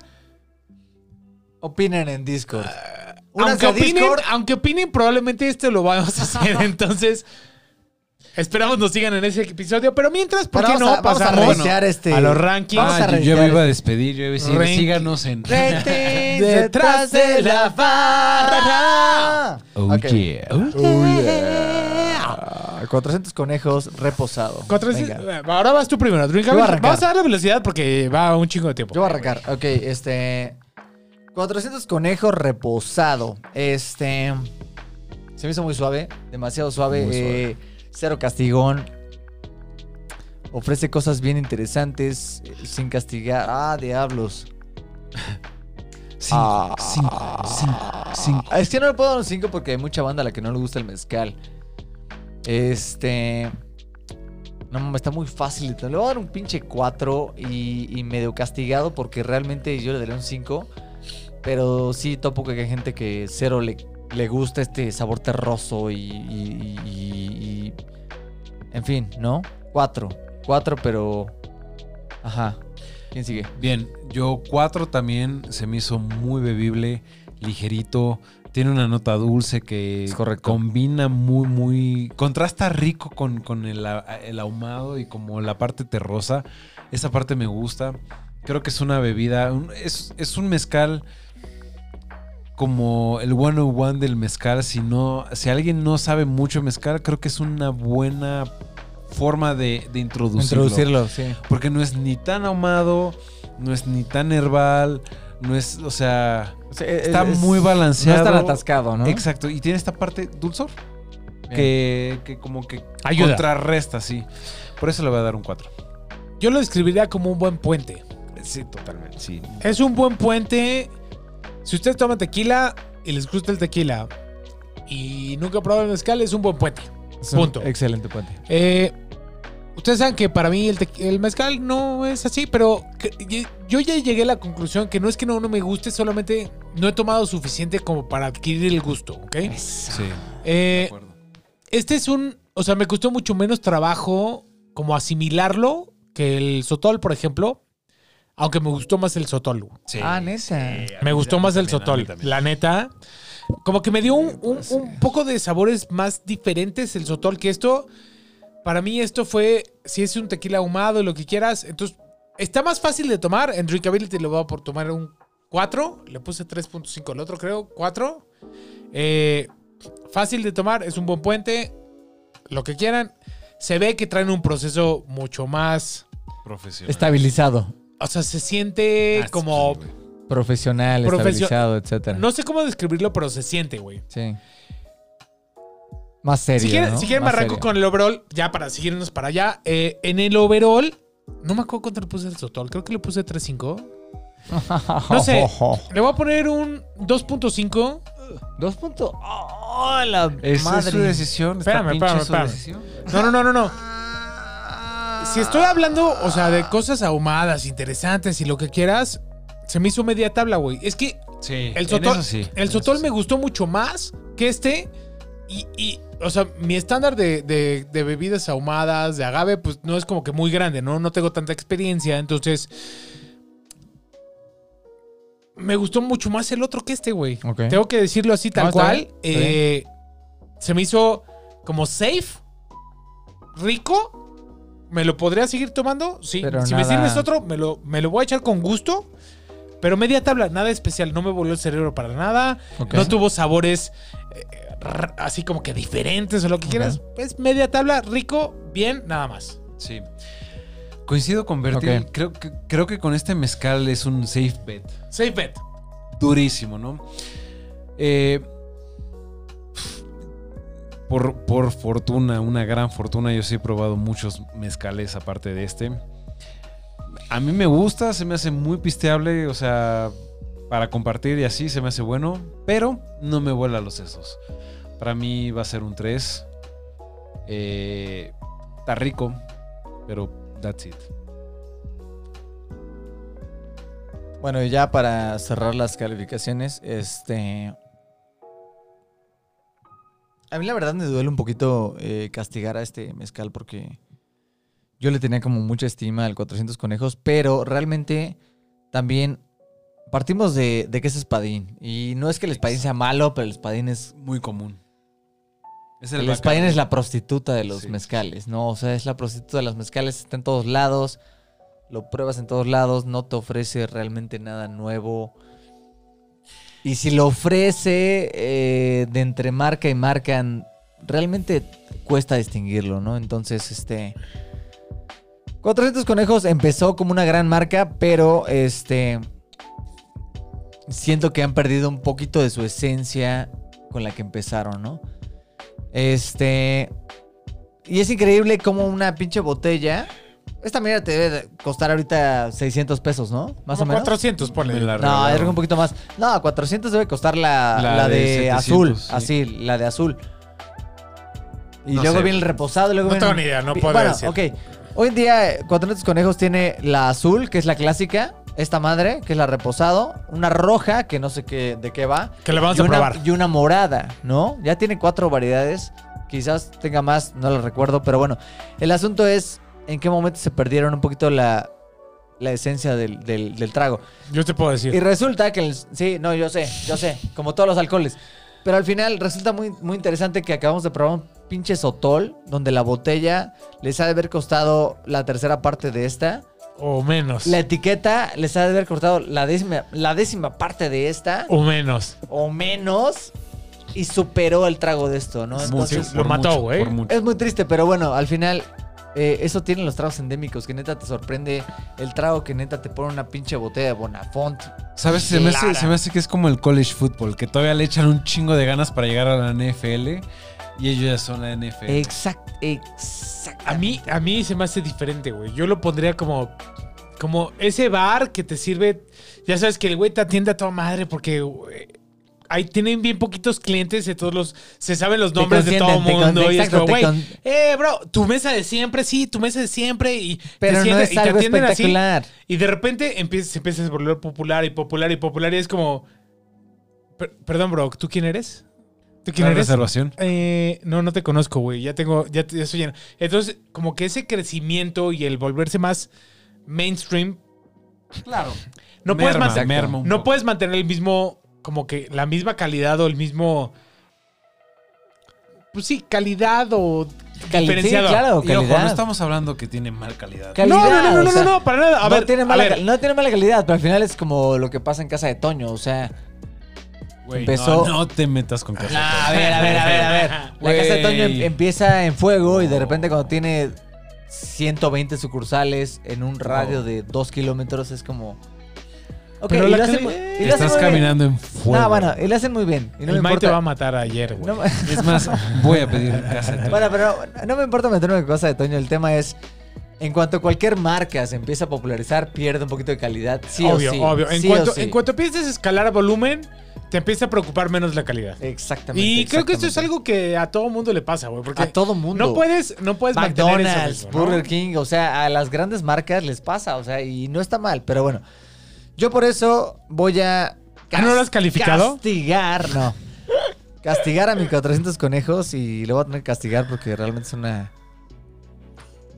Opinen en Discord.
aunque
Únanse a
opinen,
Discord.
aunque opinen, probablemente este lo vamos a
*laughs*
hacer. Entonces, esperamos nos sigan en ese episodio. Pero mientras, ¿por
Pero
qué
vamos
no
a- vamos a
pasamos
reiniciar este-
a los rankings?
Vamos a
Ah, yo- yo, me
revisar.
iba a despedir, yo iba a decir,
Ren-
síganos en...
este *laughs* Rating
Detrás de la
barra.
Oh,
Ok.
yeah. Oh,
Ah, 400 conejos reposado.
Contra-
Venga.
eh, Ahora vas tú primero. Drink,
Yo voy a arrancar.
vamos a darle velocidad porque va un chingo de tiempo.
Yo voy a arrancar. Ok, este. 400 conejos reposado. Este. Se me hizo muy suave. Demasiado suave.
Muy suave.
eh, cero castigón. Ofrece cosas bien interesantes. eh, Sin castigar. Ah,
*laughs*
diablos. Ah.
Cinco, cinco, cinco, cinco.
Es que no le puedo dar un 5 porque hay mucha banda a la que no le gusta el mezcal. Este. No mames, está muy fácil. Le voy a dar un pinche 4 y, y medio castigado porque realmente yo le daría un 5. Pero sí topo que hay gente que cero le, le gusta este sabor terroso y. y- y- y- y- en fin, ¿no? 4. 4, pero. Ajá. ¿Quién sigue?
Bien, yo cuatro también se me hizo muy bebible, ligerito. Tiene una nota dulce que
Es correcto.
combina muy, muy. Contrasta rico con, con el, a- el ahumado y como la parte terrosa. Esa parte me gusta. Creo que es una bebida. un- es, es un mezcal como el 101 del mezcal. Si, no, si alguien no sabe mucho de mezcal, creo que es una buena forma de, de introducirlo.
sí.
Porque no es ni tan ahumado, no es ni tan herbal, no es, o sea, está muy balanceado.
eh, No es tan atascado, ¿no?
Exacto, y tiene esta parte dulzor
Bien.
que, que como que
Ayuda.
contrarresta, sí. Por eso le voy a dar un 4.
Yo lo describiría como un buen puente.
Sí, totalmente, sí.
Es un buen puente. Si ustedes toman tequila y les gusta el tequila y nunca probaron mezcal, es un buen puente.
Es un
Punto.
Excelente puente.
Eh, ustedes saben que para mí el, tequ- el mezcal no es así, pero que- ye- yo ya llegué a la conclusión que no es que no, no me guste, solamente no he tomado suficiente como para adquirir el gusto, ¿ok?
Sí, de
Eh,
acuerdo.
este es un. O sea, me costó mucho menos trabajo como asimilarlo que el Sotol, por ejemplo. Aunque me gustó más el Sotol. güey.
Sí.
ah, neta.
Me gustó más el
también, a mí
sotol,
también.
la neta. Como que me dio un, un- un poco de sabores más diferentes el sotol que esto. Para mí esto fue, si es un tequila ahumado, lo que quieras. Entonces, está más fácil de tomar. En Drinkability lo voy a por tomar un 4. Le puse 3.5 al otro, creo. 4. Eh, fácil de tomar, es un buen puente. Lo que quieran. Se ve que traen un proceso mucho más...
Profesional.
Estabilizado.
O sea, se siente
Ah, sí,
como
güey.
Profesional,
Profesio-
estabilizado, etcétera.
No sé cómo describirlo, pero se siente, güey.
Sí. Más serio,
Si quieren,
¿no?
si quieren me
Más
arranco
serio.
con el overall, ya para seguirnos para allá. Eh, en el overall, no me acuerdo cuánto le puse al total. Creo que le puse 3.5. No sé. Le voy a poner un 2.5.
Dos puntos. ¡Oh, la
Esa es
madre!
su decisión. Está
Espérame,
pinche
espérame,
su
espérame.
decisión.
No, no, no, no, no. Si estoy hablando, o sea, de cosas ahumadas, interesantes y lo que quieras, se me hizo media tabla, güey. Es que
Sí,
El
en
sotol,
eso sí, en
el
eso
sotol
sí.
me gustó mucho más que este. Y, y, o sea, mi estándar de, de- de bebidas ahumadas, de agave, pues no es como que muy grande, ¿no? No tengo tanta experiencia. Entonces, me gustó mucho más el otro que este, güey.
Ok.
Tengo que decirlo así, tal
No, está
cual.
bien, está
Eh, se me hizo como safe, rico. ¿Me lo podría seguir tomando? Sí.
Pero
si me
nada-
sirves otro, me lo, me lo voy a echar con gusto. Pero media tabla, nada especial. No me voló el cerebro para nada.
Ok.
No tuvo sabores eh, r- así como que diferentes o lo que quieras. Es media tabla, rico, bien, nada más.
Sí. Coincido con Bertil.
Ok.
Creo, que, creo que con este mezcal es un safe bet.
Safe bet.
durísimo, ¿no? Eh, por, por fortuna, una gran fortuna, yo sí he probado muchos mezcales aparte de este. A mí me gusta, se me hace muy pisteable, o sea, para compartir y así se me hace bueno, pero no me vuela los sesos. Para mí va a ser un 3. Eh, está rico, pero that's it.
Bueno, y ya para cerrar las calificaciones, este. A mí la verdad me duele un poquito eh, castigar a este mezcal porque yo le tenía como mucha estima al 400 conejos, pero realmente también partimos de, de que es espadín. Y no es que el espadín sea malo, pero el espadín es.
Muy común. Es
El
Bacardi.
espadín es la prostituta de los
Sí.
mezcales, ¿no? O sea, es la prostituta de los mezcales, está en todos lados, lo pruebas en todos lados, no te ofrece realmente nada nuevo. Y si lo ofrece eh, de entre marca y marca, n- realmente cuesta distinguirlo, ¿no? Entonces, este. 400 Conejos empezó como una gran marca, pero este. Siento que han perdido un poquito de su esencia con la que empezaron, ¿no? Este. Y es increíble como una pinche botella. Esta mierda te debe de costar ahorita 600 pesos, ¿no? Más o
Como
menos.
400, ponle.
Me la
No,
regalaron.
era un poquito más. No, 400 debe costar la,
La
la
de
de,
700,
azul.
sí.
Así, la de azul. Y
No
luego
sé.
viene el reposado. y Luego
No
viene-
tengo ni idea, no
Vi-
puedo
bueno,
decir.
ok. Hoy en día, eh, Cuatronetos Conejos tiene la azul, que es la clásica. Esta madre, que es la reposado. Una roja, que no sé qué, de qué va.
Que la vamos
y,
a
una,
probar.
y una morada, ¿no? Ya tiene cuatro variedades. Quizás tenga más, no lo recuerdo. Pero bueno, el asunto es en qué momento se perdieron un poquito la, la esencia del- del- del trago.
Yo te puedo
Y
decir.
resulta que el- sí, no, yo sé, yo sé, como todos los alcoholes. Pero al final resulta muy, muy interesante que acabamos de probar un pinche sotol donde la botella les ha de haber costado la tercera parte de esta.
O menos.
La etiqueta les ha de haber costado la décima, la décima parte de esta
O menos.
o menos y superó el trago de esto, ¿no?
Mucho,
Entonces,
lo
por
mató,
mucho,
güey.
por mucho.
es muy triste, pero bueno, al final eh, eso tienen los tragos endémicos, que neta te sorprende el trago que neta te pone una pinche botella de Bonafont.
¿Sabes? Se me, hace,
Clara.
se me hace que es como el college football, que todavía le echan un chingo de ganas para llegar a la NFL y ellos ya son la NFL.
Exact, exact.
A mí, a mí se me hace diferente, güey. Yo lo pondría como. Como ese bar que te sirve. Ya sabes que el güey te atiende a toda madre porque. güey, ahí tienen bien poquitos clientes de todos los. Se saben los
Te
nombres de todo
consienten, te con-
mundo. y es como,
exacto, te
güey.
con-
Eh, bro, tu mesa de siempre, sí, tu mesa de siempre. Y te
Pero no
sientas- y
es
te
algo
atienden así.
espectacular.
Y de repente empieza, se empieza a volver popular y popular y popular. Y es como. "Per- perdón, bro, ¿tú quién eres? ¿Tú quién
¿Quién
eres?
reservación?
Eh, no, no te conozco, güey. Ya tengo, ya, te- ya soy lleno. Entonces, como que ese crecimiento y el volverse más mainstream,
Claro.
no puedes,
Merma,
mantener,
merma un
no
poco.
puedes mantener el mismo, como que la misma calidad o el mismo, pues sí, calidad o
Cali-
diferenciado.
Sí, claro,
Y ojo, no
calidad.
estamos hablando que tiene mal calidad.
Cal-
no, no,
calidad,
no, no,
o
no,
sea,
no, no, para nada. A
no,
ver,
tiene
a
mala,
ver.
cal- no tiene mala calidad, pero al final es como lo que pasa en casa de Toño. O
*laughs*
sea,
Güey,
empezó-
No, no te metas con cosas.
a ver, a ver, a ver, a ver. *laughs* La casa de Toño em- empieza en fuego y de repente cuando tiene 120 sucursales en un radio de 2 kilómetros es como... Ok,
Pero
y
la
lo hacen
cali-
mu- y lo hacen
Estás
muy
caminando en fuego.
bien. No, bueno, y lo hacen muy bien. Y no
el
me
Mike te va a
importa.
matar ayer, güey.
no me-
Es más, voy a pedir casa. de
bueno, pero no me importa meterme en cosas de Toño. El tema es, en cuanto cualquier marca se empieza a popularizar, pierde un poquito de calidad. Sí
obvio,
o sí.
obvio. En,
Sí o
cuanto,
sí.
en cuanto empieces a escalar volumen, te empieza a preocupar menos la calidad.
Exactamente.
Y creo que esto es
exactamente.
algo que a todo mundo le pasa, güey. Porque
A todo mundo.
no puedes, no puedes mantener eso
McDonald's,
mismo, ¿no?
Burger King, o sea, a las grandes marcas les pasa, o sea, y no está mal, pero bueno. Yo por eso voy a.
Ah, ¿no lo has
cas-
calificado?
Castigar, no. castigar a mis 400 conejos y lo voy a tener que castigar porque realmente es una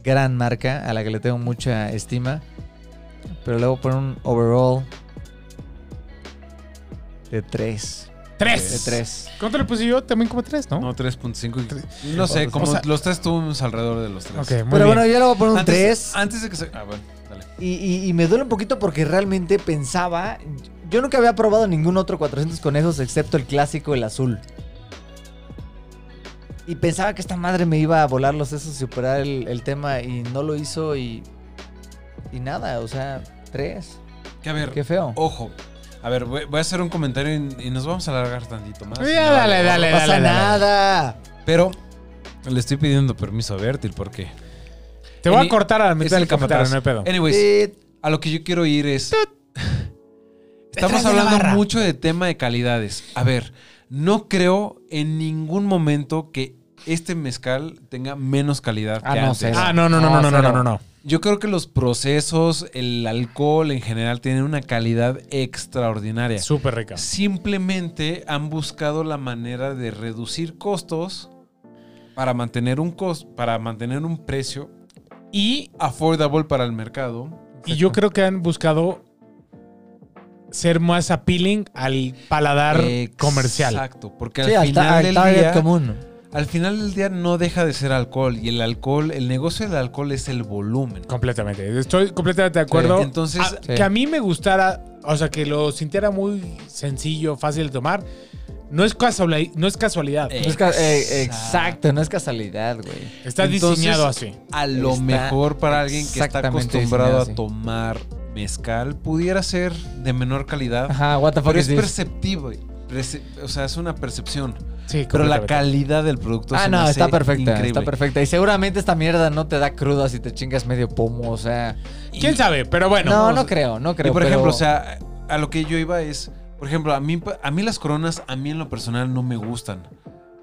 gran marca a la que le tengo mucha estima. Pero le voy a poner un overall de 3. De
Tres.
3.
¿Cuánto le puse yo? También como tres, ¿no?
No, 3.5. y- No sé,
O
como
sea-
los tres tuvimos alrededor de los tres.
Ok, muy
Pero
bien.
bueno, yo le voy a poner un
Antes,
3.
Antes de que se. Ah, bueno, dale.
Y, y- y me duele un poquito porque realmente pensaba. Yo nunca había probado ningún otro 400 conejos excepto el clásico, el azul. Y pensaba que esta madre me iba a volar los sesos y superar el, el tema. Y no lo hizo y. Y nada, o sea, tres.
Que a ver,
Qué feo.
ojo. A ver, voy, voy a hacer un comentario y, y nos vamos a alargar tantito más.
Ya,
No,
dale,
no,
dale,
no pasa
dale, dale.
nada.
Pero le estoy pidiendo permiso a Bertil porque.
Te voy
Any-
a cortar a la
es
mitad del comentario,
capataz.
no hay pedo.
Anyways,
Eh,
a lo que yo quiero ir es. Estamos
Detrás de la
hablando
barra.
mucho de tema de calidades. A ver, no creo en ningún momento que este mezcal tenga menos calidad
Ah,
que
no,
antes.
cero.
Ah, no, no, no, no, no, no, no, no, no.
Yo creo que los procesos, el alcohol en general, tienen una calidad extraordinaria.
Súper rica.
Simplemente han buscado la manera de reducir costos para mantener un cost, para mantener un precio y affordable para el mercado.
Y yo creo que han buscado ser más appealing al paladar comercial.
Exacto, porque al
sí, al, ta-
final
al
del
target
día,
común.
al final del día no deja de ser alcohol y el alcohol, el negocio del alcohol es el volumen.
Completamente. Estoy completamente de acuerdo.
Sí, entonces-
Ah,
Sí.
que a mí me gustara, o sea, que lo sintiera muy sencillo, fácil de tomar, no es, casuali- no es casualidad.
Eh,
No es ca- eh,
Exacto.
exacto, no es casualidad, güey.
Está
entonces-
diseñado así.
A lo
Está
mejor para alguien que está
exactamente
acostumbrado
diseñado
a
así.
tomar mezcal, pudiera ser de menor calidad,
Ajá, what the fuck
pero es
is this?
perceptible. perce- o sea, es una percepción.
Sí,
Pero la
completamente.
calidad del producto
Ah,
se
no,
me
está
hace
perfecta,
increíble.
está perfecta. Y seguramente esta mierda no te da cruda si te chingas medio pomo, o sea...
¿Quién sabe? Pero bueno.
no,
vamos-
no creo, no creo.
y por
pero-
ejemplo, o sea, a lo que yo iba es, por ejemplo, a mí, a mí las coronas, a mí en lo personal no me gustan,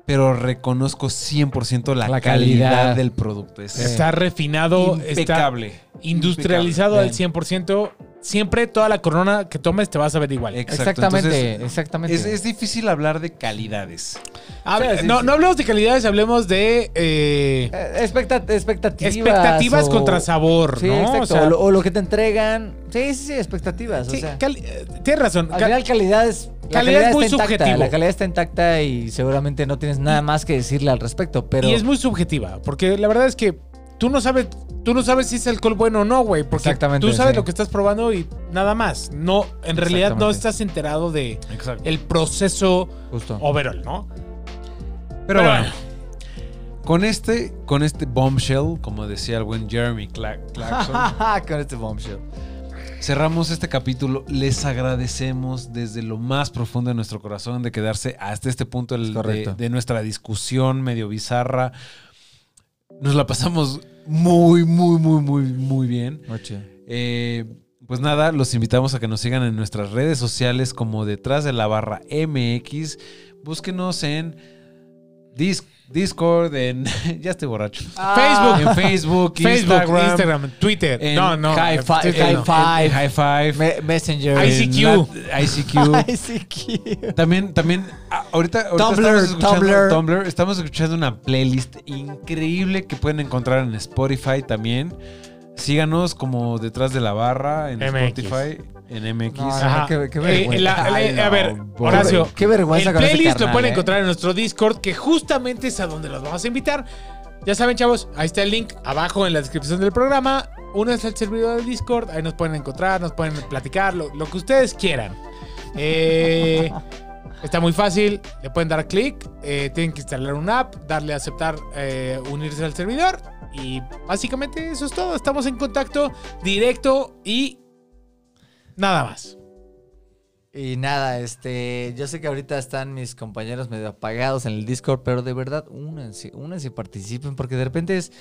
pero reconozco 100% la,
La
calidad.
calidad. Eh,
del producto. Es
Está refinado, está
impecable.
industrializado
Impecable.
al 100%. Siempre toda la corona que tomes te vas a ver igual.
Exacto,
Exactamente,
entonces,
exactamente.
Es, es difícil hablar de calidades.
A ver,
Sí,
no,
sí.
no hablemos de calidades, hablemos de eh,
Eh, expecta- expectativas.
expectativas
o-
contra sabor,
Sí,
¿no?
exacto.
O sea,
lo, o lo que te entregan. Sí, sí, sí, expectativas.
sí,
o sea,
cali- eh, tienes razón.
al
Cal-
final calidad es... la
calidad es muy
está intacta,
subjetivo.
La calidad está intacta y seguramente no tienes nada más que decirle al respecto, pero...
Y es muy subjetiva, porque la verdad es que tú no sabes, tú no sabes si es alcohol bueno o no, güey. Porque
Exactamente,
tú sabes
sí.
lo que estás probando y nada más. No, en realidad no
Exactamente.
estás enterado de
Exacto.
el proceso
Justo.
*laughs*
*laughs*
overall, ¿no?
Pero,
Pero
bueno. Con este, con este bombshell, como decía el buen Jeremy Cla- Clarkson,
Con este bombshell.
cerramos este capítulo. Les agradecemos desde lo más profundo de nuestro corazón de quedarse hasta este punto del-
Es
de,
correcto.
de nuestra discusión medio bizarra. Nos la pasamos muy, muy, muy, muy, muy bien. Eh, pues nada, los invitamos a que nos sigan en nuestras redes sociales como detrás de la barra MX. Búsquenos en Dis- Discord, en... *laughs* ya estoy borracho.
Facebook,
En Facebook,
Facebook, Instagram,
Instagram,
Twitter.
en
no, no.
High Five,
Twitter
High
no.
en
Five.
High Five,
Me- Messenger.
en
ICQ.
Lat- *laughs* ICQ.
*laughs*
ICQ.
También, también, ah, ahorita, ahorita
Tumblr,
estamos escuchando Tumblr.
Tumblr.
estamos escuchando una playlist increíble que pueden encontrar en Spotify también. Síganos como detrás de la barra en
MX.
Spotify, en MX.
No, no.
Ajá.
Qué- qué
Eh,
vergüenza.
la- la-
Ay,
a
no,
ver,
bro.
Horacio,
Qué vergüenza
El
con ese
playlist lo
carnal,
pueden
¿eh?
encontrar en nuestro Discord, que justamente es a donde los vamos a invitar. Ya saben, chavos, ahí está el link abajo en la descripción del programa. Uno es el servidor del Discord, ahí nos pueden encontrar, nos pueden platicar, lo, lo que ustedes quieran. Eh, está muy fácil, le pueden dar clic, eh, tienen que instalar una app, darle a aceptar, eh, unirse al servidor. Y básicamente eso es todo, estamos en contacto directo y nada más.
Y nada, este, yo sé que ahorita están mis compañeros medio apagados en el Discord, pero de verdad, únanse, únanse y participen, porque de repente es,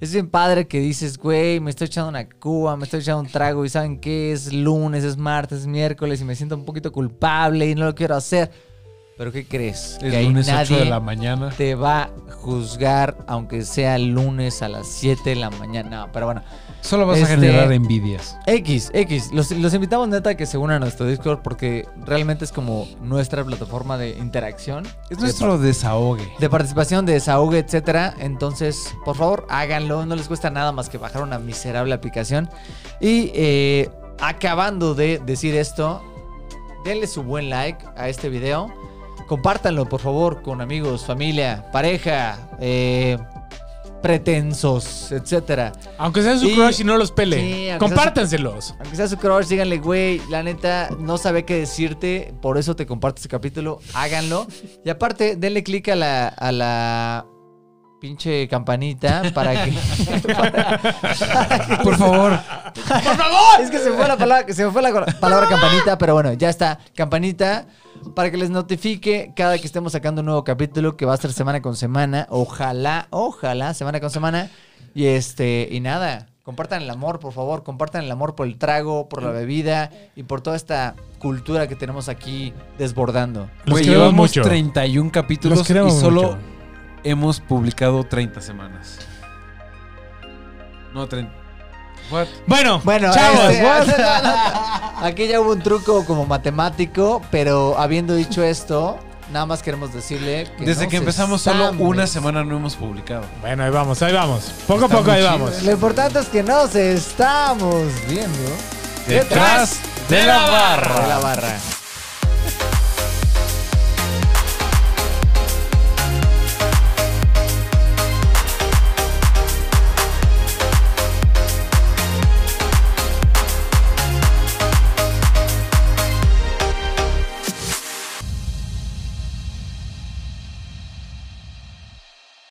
es bien padre que dices, güey, me estoy echando una cuba, me estoy echando un trago, y ¿saben qué? Es lunes, es martes, es miércoles, y me siento un poquito culpable y no lo quiero hacer. Pero ¿qué crees?
Es
que ahí
lunes 8 de
nadie
la mañana.
te va a juzgar, aunque sea lunes a las 7 de la mañana. No, pero bueno,
Solo vas
Este-
a generar envidias.
X, X. Los, los invitamos neta a que se unan a nuestro Discord porque realmente es como nuestra plataforma de interacción.
Es
de
nuestro desahogue.
pa- De participación, de desahogue, etcétera. Entonces, por favor, háganlo. No les cuesta nada más que bajar una miserable aplicación. Y eh, acabando de decir esto, denle su buen like a este video. Compártanlo, por favor, con amigos, familia, pareja, eh, pretensos, etcétera.
Aunque sea su
Y-
crush y no los pele.
Sí, aunque sea su-
Compártanselos.
Aunque sea su crush, díganle, güey, la neta, no sabía qué decirte, por eso te comparto este capítulo, háganlo. Y aparte, denle click a la, a la pinche campanita para que...
Por favor,
es que se me fue la palabra, se me fue la cor- palabra campanita, pero bueno, ya está, campanita, para que les notifique cada que estemos sacando un nuevo capítulo, que va a ser semana con semana, ojalá, ojalá, semana con semana. Y este, y nada, compartan el amor, por favor, compartan el amor por el trago, por la bebida y por toda esta cultura que tenemos aquí desbordando.
Los
Güey,
queremos
llevamos
mucho.
31
Los
capítulos y
queremos
solo
mucho.
hemos publicado 30 semanas. No, 30. What?
Bueno,
Bueno,
chavos,
*laughs* este,
what?
aquí ya hubo un truco como matemático, pero habiendo dicho esto, nada más queremos decirle que
Desde
no
que
se
empezamos solo
sabe.
una semana no hemos publicado.
Bueno, ahí vamos, ahí vamos. Poco a
Está
poco
muy
ahí
chido.
vamos.
Lo importante es que nos estamos viendo
Detrás de la barra.
la barra.